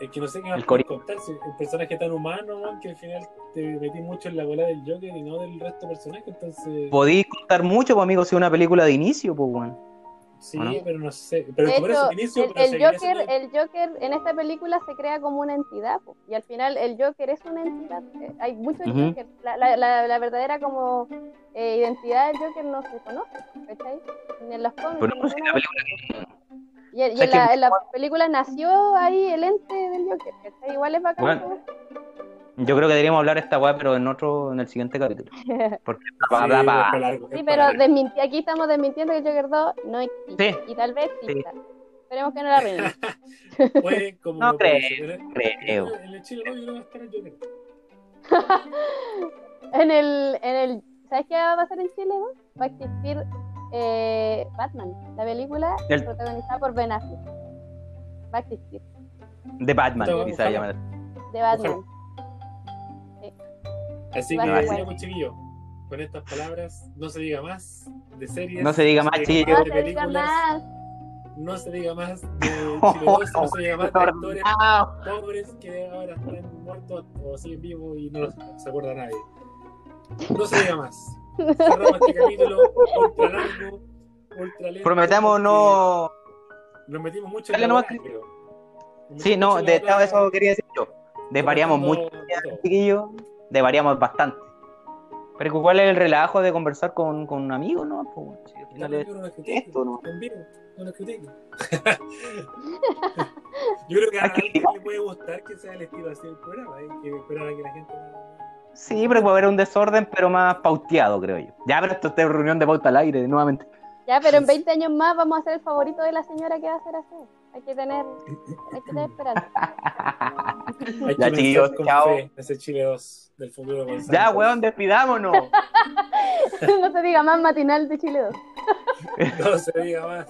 [SPEAKER 1] Es que no sé qué más
[SPEAKER 2] El Corea.
[SPEAKER 1] contar. si el personaje tan humano, weón, que al final te metí mucho en la bola del Joker y no del resto de personajes, entonces.
[SPEAKER 2] Podéis contar mucho, pues, amigos, si es una película de inicio, pues, bueno.
[SPEAKER 1] Sí,
[SPEAKER 2] ¿o no?
[SPEAKER 1] pero no sé. Pero
[SPEAKER 4] de
[SPEAKER 1] por eso
[SPEAKER 4] hecho,
[SPEAKER 1] inicio,
[SPEAKER 4] el,
[SPEAKER 1] pero
[SPEAKER 4] el
[SPEAKER 1] seguirá
[SPEAKER 4] Joker,
[SPEAKER 1] siendo-
[SPEAKER 4] el Joker en esta película se crea como una entidad po, y al final el Joker es una entidad. eh, Hay muchos
[SPEAKER 2] Ujú.
[SPEAKER 4] Joker. La, la- la- la verdadera como eh, identidad del Joker no se conoce, ¿cachai? Ni en los cómics.
[SPEAKER 2] Pero
[SPEAKER 4] ni
[SPEAKER 2] no, si
[SPEAKER 4] ninguna
[SPEAKER 2] la película
[SPEAKER 4] parte. Y, y
[SPEAKER 2] o sea,
[SPEAKER 4] en, la,
[SPEAKER 2] que-
[SPEAKER 4] en la película nació ahí el ente del Joker, ¿cachai? Igual es bacán.
[SPEAKER 2] Bueno. Yo creo que deberíamos hablar esta weá, pero en otro, en el siguiente capítulo. Porque
[SPEAKER 1] Sí,
[SPEAKER 2] bla, bla,
[SPEAKER 1] es
[SPEAKER 2] bla.
[SPEAKER 1] para largo, es
[SPEAKER 4] Sí,
[SPEAKER 1] para
[SPEAKER 4] pero
[SPEAKER 1] largo.
[SPEAKER 4] desminti- aquí estamos desmintiendo que el Joker 2 no existe.
[SPEAKER 2] Sí.
[SPEAKER 4] Y tal vez
[SPEAKER 2] Sí.
[SPEAKER 4] exista. Esperemos que no la arruinen.
[SPEAKER 2] *laughs*
[SPEAKER 4] *laughs*
[SPEAKER 1] Fue como
[SPEAKER 2] No
[SPEAKER 1] lo
[SPEAKER 2] creo,
[SPEAKER 1] promocioné.
[SPEAKER 2] creo.
[SPEAKER 1] En el Chile no, yo no voy a estar en Joker.
[SPEAKER 4] En el, en el, ¿sabes qué va a pasar en Chile? no? Va a existir eh, Batman, la película
[SPEAKER 2] El-
[SPEAKER 4] protagonizada por Ben Affleck. Va a existir
[SPEAKER 2] de Batman,
[SPEAKER 1] Ojalá.
[SPEAKER 2] quizá llamar.
[SPEAKER 4] de Batman.
[SPEAKER 1] Así
[SPEAKER 4] Vale,
[SPEAKER 1] que,
[SPEAKER 2] vale.
[SPEAKER 1] sigamos, chiquillo. Con estas palabras, no se diga más de series.
[SPEAKER 2] No se diga más, chiquillo.
[SPEAKER 4] No
[SPEAKER 1] de
[SPEAKER 4] se diga
[SPEAKER 1] películas,
[SPEAKER 4] más.
[SPEAKER 1] No se diga más
[SPEAKER 2] *laughs*
[SPEAKER 1] de Chile 12, no se diga más de actores pobres que ahora están muertos o siguen vivos y no los- se acuerda nadie. No se diga más. Cerramos este capítulo ultra largo, ultra lento.
[SPEAKER 2] Prometamos no.
[SPEAKER 1] porque Nos metimos mucho
[SPEAKER 2] Dale nomás,
[SPEAKER 1] hora, creo. Nos
[SPEAKER 2] Sí,
[SPEAKER 1] metimos
[SPEAKER 2] no,
[SPEAKER 1] mucho en
[SPEAKER 2] de,
[SPEAKER 1] la hora,
[SPEAKER 2] eso quería decir yo. Desvariamos mucho.
[SPEAKER 1] tratando todo.
[SPEAKER 2] chiquillo, desvariamos bastante. Pero ¿cuál es el relajo de conversar con, con un amigo, no? Pues, bueno, si al final
[SPEAKER 1] También
[SPEAKER 2] es-
[SPEAKER 1] uno nos critica,
[SPEAKER 2] esto, ¿no?
[SPEAKER 1] en vivo, uno nos
[SPEAKER 2] *laughs*
[SPEAKER 1] critica. Yo creo que a
[SPEAKER 2] Hay que
[SPEAKER 1] alguien le puede gustar que sea el estilo así del programa, hay que esperar a que la gente...
[SPEAKER 2] Sí, pero puede haber un desorden, pero más pauteado, creo yo. Ya, pero esto es reunión de pauta al aire, nuevamente.
[SPEAKER 4] Ya, pero en 20 años más vamos a ser el favorito de la señora que va a ser así. Hay que tener, hay que tener esperanza.
[SPEAKER 2] *laughs*
[SPEAKER 4] *laughs*
[SPEAKER 1] Hay que
[SPEAKER 2] Ya,
[SPEAKER 1] pensar
[SPEAKER 2] chiquillos,
[SPEAKER 1] con
[SPEAKER 2] chao.
[SPEAKER 1] fe en ese Chile 2 del futuro con
[SPEAKER 2] Ya,
[SPEAKER 1] Santos.
[SPEAKER 2] weón, despidámonos.
[SPEAKER 4] no se diga más matinal de Chile 2.
[SPEAKER 1] *laughs* No se diga
[SPEAKER 4] *laughs*
[SPEAKER 1] más.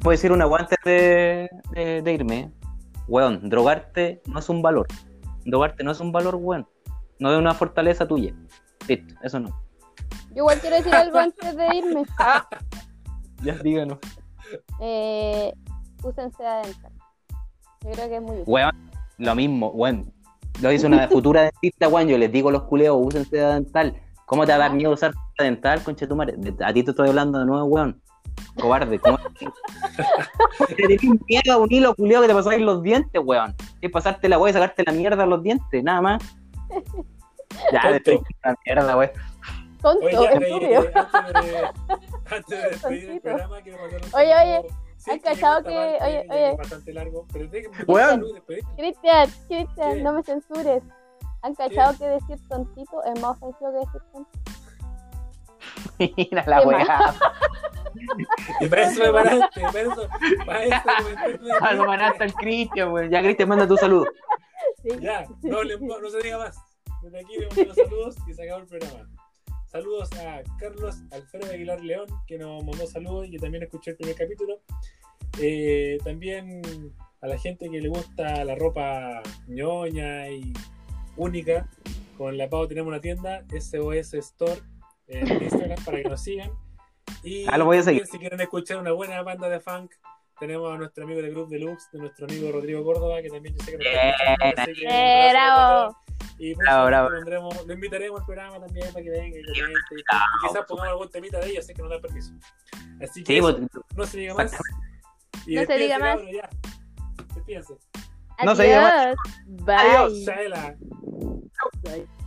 [SPEAKER 2] Voy a decir un aguante de, de- de irme. eh. Weón, drogarte no es un valor. Drogarte no es un valor, weón. No es una fortaleza tuya. Listo, eso no.
[SPEAKER 4] Yo igual quiero decir algo antes de irme.
[SPEAKER 2] Ya, díganos.
[SPEAKER 4] Eh, úsense adentro. Yo creo que es muy útil.
[SPEAKER 2] Weón, lo mismo, weón. Lo dice una futura dentista, weón. Yo les digo a los culeos, usen seda dental. ¿Cómo te va a dar miedo usar seda dental, concha de tu madre? De- A ti te estoy hablando de nuevo, weón. Cobarde, ¿cómo Te tenés miedo a un hilo culeo que te pasáis los dientes, weón. Es pasarte la weón y sacarte la mierda a los dientes, nada más. Ya,
[SPEAKER 1] Tonto.
[SPEAKER 2] te estoy la mierda, weón. *laughs*
[SPEAKER 4] Tonto,
[SPEAKER 1] Oye, ya, eh,
[SPEAKER 4] estúpido.
[SPEAKER 1] eh, antes de, antes de despedir el
[SPEAKER 4] Tontito.
[SPEAKER 1] programa, quiero mandar un
[SPEAKER 4] Oye,
[SPEAKER 1] saludo
[SPEAKER 4] oye, ¿Has
[SPEAKER 1] sí,
[SPEAKER 4] cachado
[SPEAKER 1] esta
[SPEAKER 4] que-
[SPEAKER 1] parte
[SPEAKER 4] oye,
[SPEAKER 1] ya es
[SPEAKER 4] oye.
[SPEAKER 1] bastante largo, pero déjenme
[SPEAKER 7] Weón.
[SPEAKER 1] Luis, despedirme.
[SPEAKER 4] *laughs* Cristian, Cristian,
[SPEAKER 1] ¿Qué?
[SPEAKER 4] no me censures. ¿Han cachado que decir tontito es más ofensivo que decir tontito?
[SPEAKER 2] Mira la
[SPEAKER 4] Qué
[SPEAKER 2] weá.
[SPEAKER 1] Y para eso me paraste, para eso, para eso
[SPEAKER 2] *laughs*
[SPEAKER 1] comentaste de
[SPEAKER 2] *laughs* Algo manasta al Cristian, weón. Ya, Cristian, manda tu saludo.
[SPEAKER 4] Sí.
[SPEAKER 1] Ya, no, le- no se diga más. Desde aquí le mando los saludos y se acabó el programa. Saludos a Carlos Alfredo Aguilar León, que nos mandó saludos y que también escuchó el primer capítulo. Eh, también a la gente que le gusta la ropa ñoña y única. Con la Pau tenemos una tienda, SOS Store, en Instagram para que nos sigan. Y
[SPEAKER 2] Ah, lo voy a seguir.
[SPEAKER 1] también si quieren escuchar una buena banda de funk, tenemos a nuestro amigo de Group Deluxe, de nuestro amigo Rodrigo Córdoba, que también yo sé que nos está escuchando, así que un
[SPEAKER 3] Eh,
[SPEAKER 1] abrazo para
[SPEAKER 3] bravo.
[SPEAKER 1] todos. Y por
[SPEAKER 2] Bravo,
[SPEAKER 1] supuesto,
[SPEAKER 2] bravo.
[SPEAKER 1] pondremos- lo invitaremos al programa también para que venga y comente. Y quizás pongamos algún temita de ellos, sé que no da permiso. Así que
[SPEAKER 2] Sí,
[SPEAKER 1] eso,
[SPEAKER 2] pues,
[SPEAKER 1] no se diga más. Y
[SPEAKER 3] No se
[SPEAKER 1] despídense,
[SPEAKER 3] diga más.
[SPEAKER 1] cabros, ya. Despídense.
[SPEAKER 2] No se diga más.
[SPEAKER 3] Adiós. Bye.
[SPEAKER 1] Chaela.
[SPEAKER 3] Bye.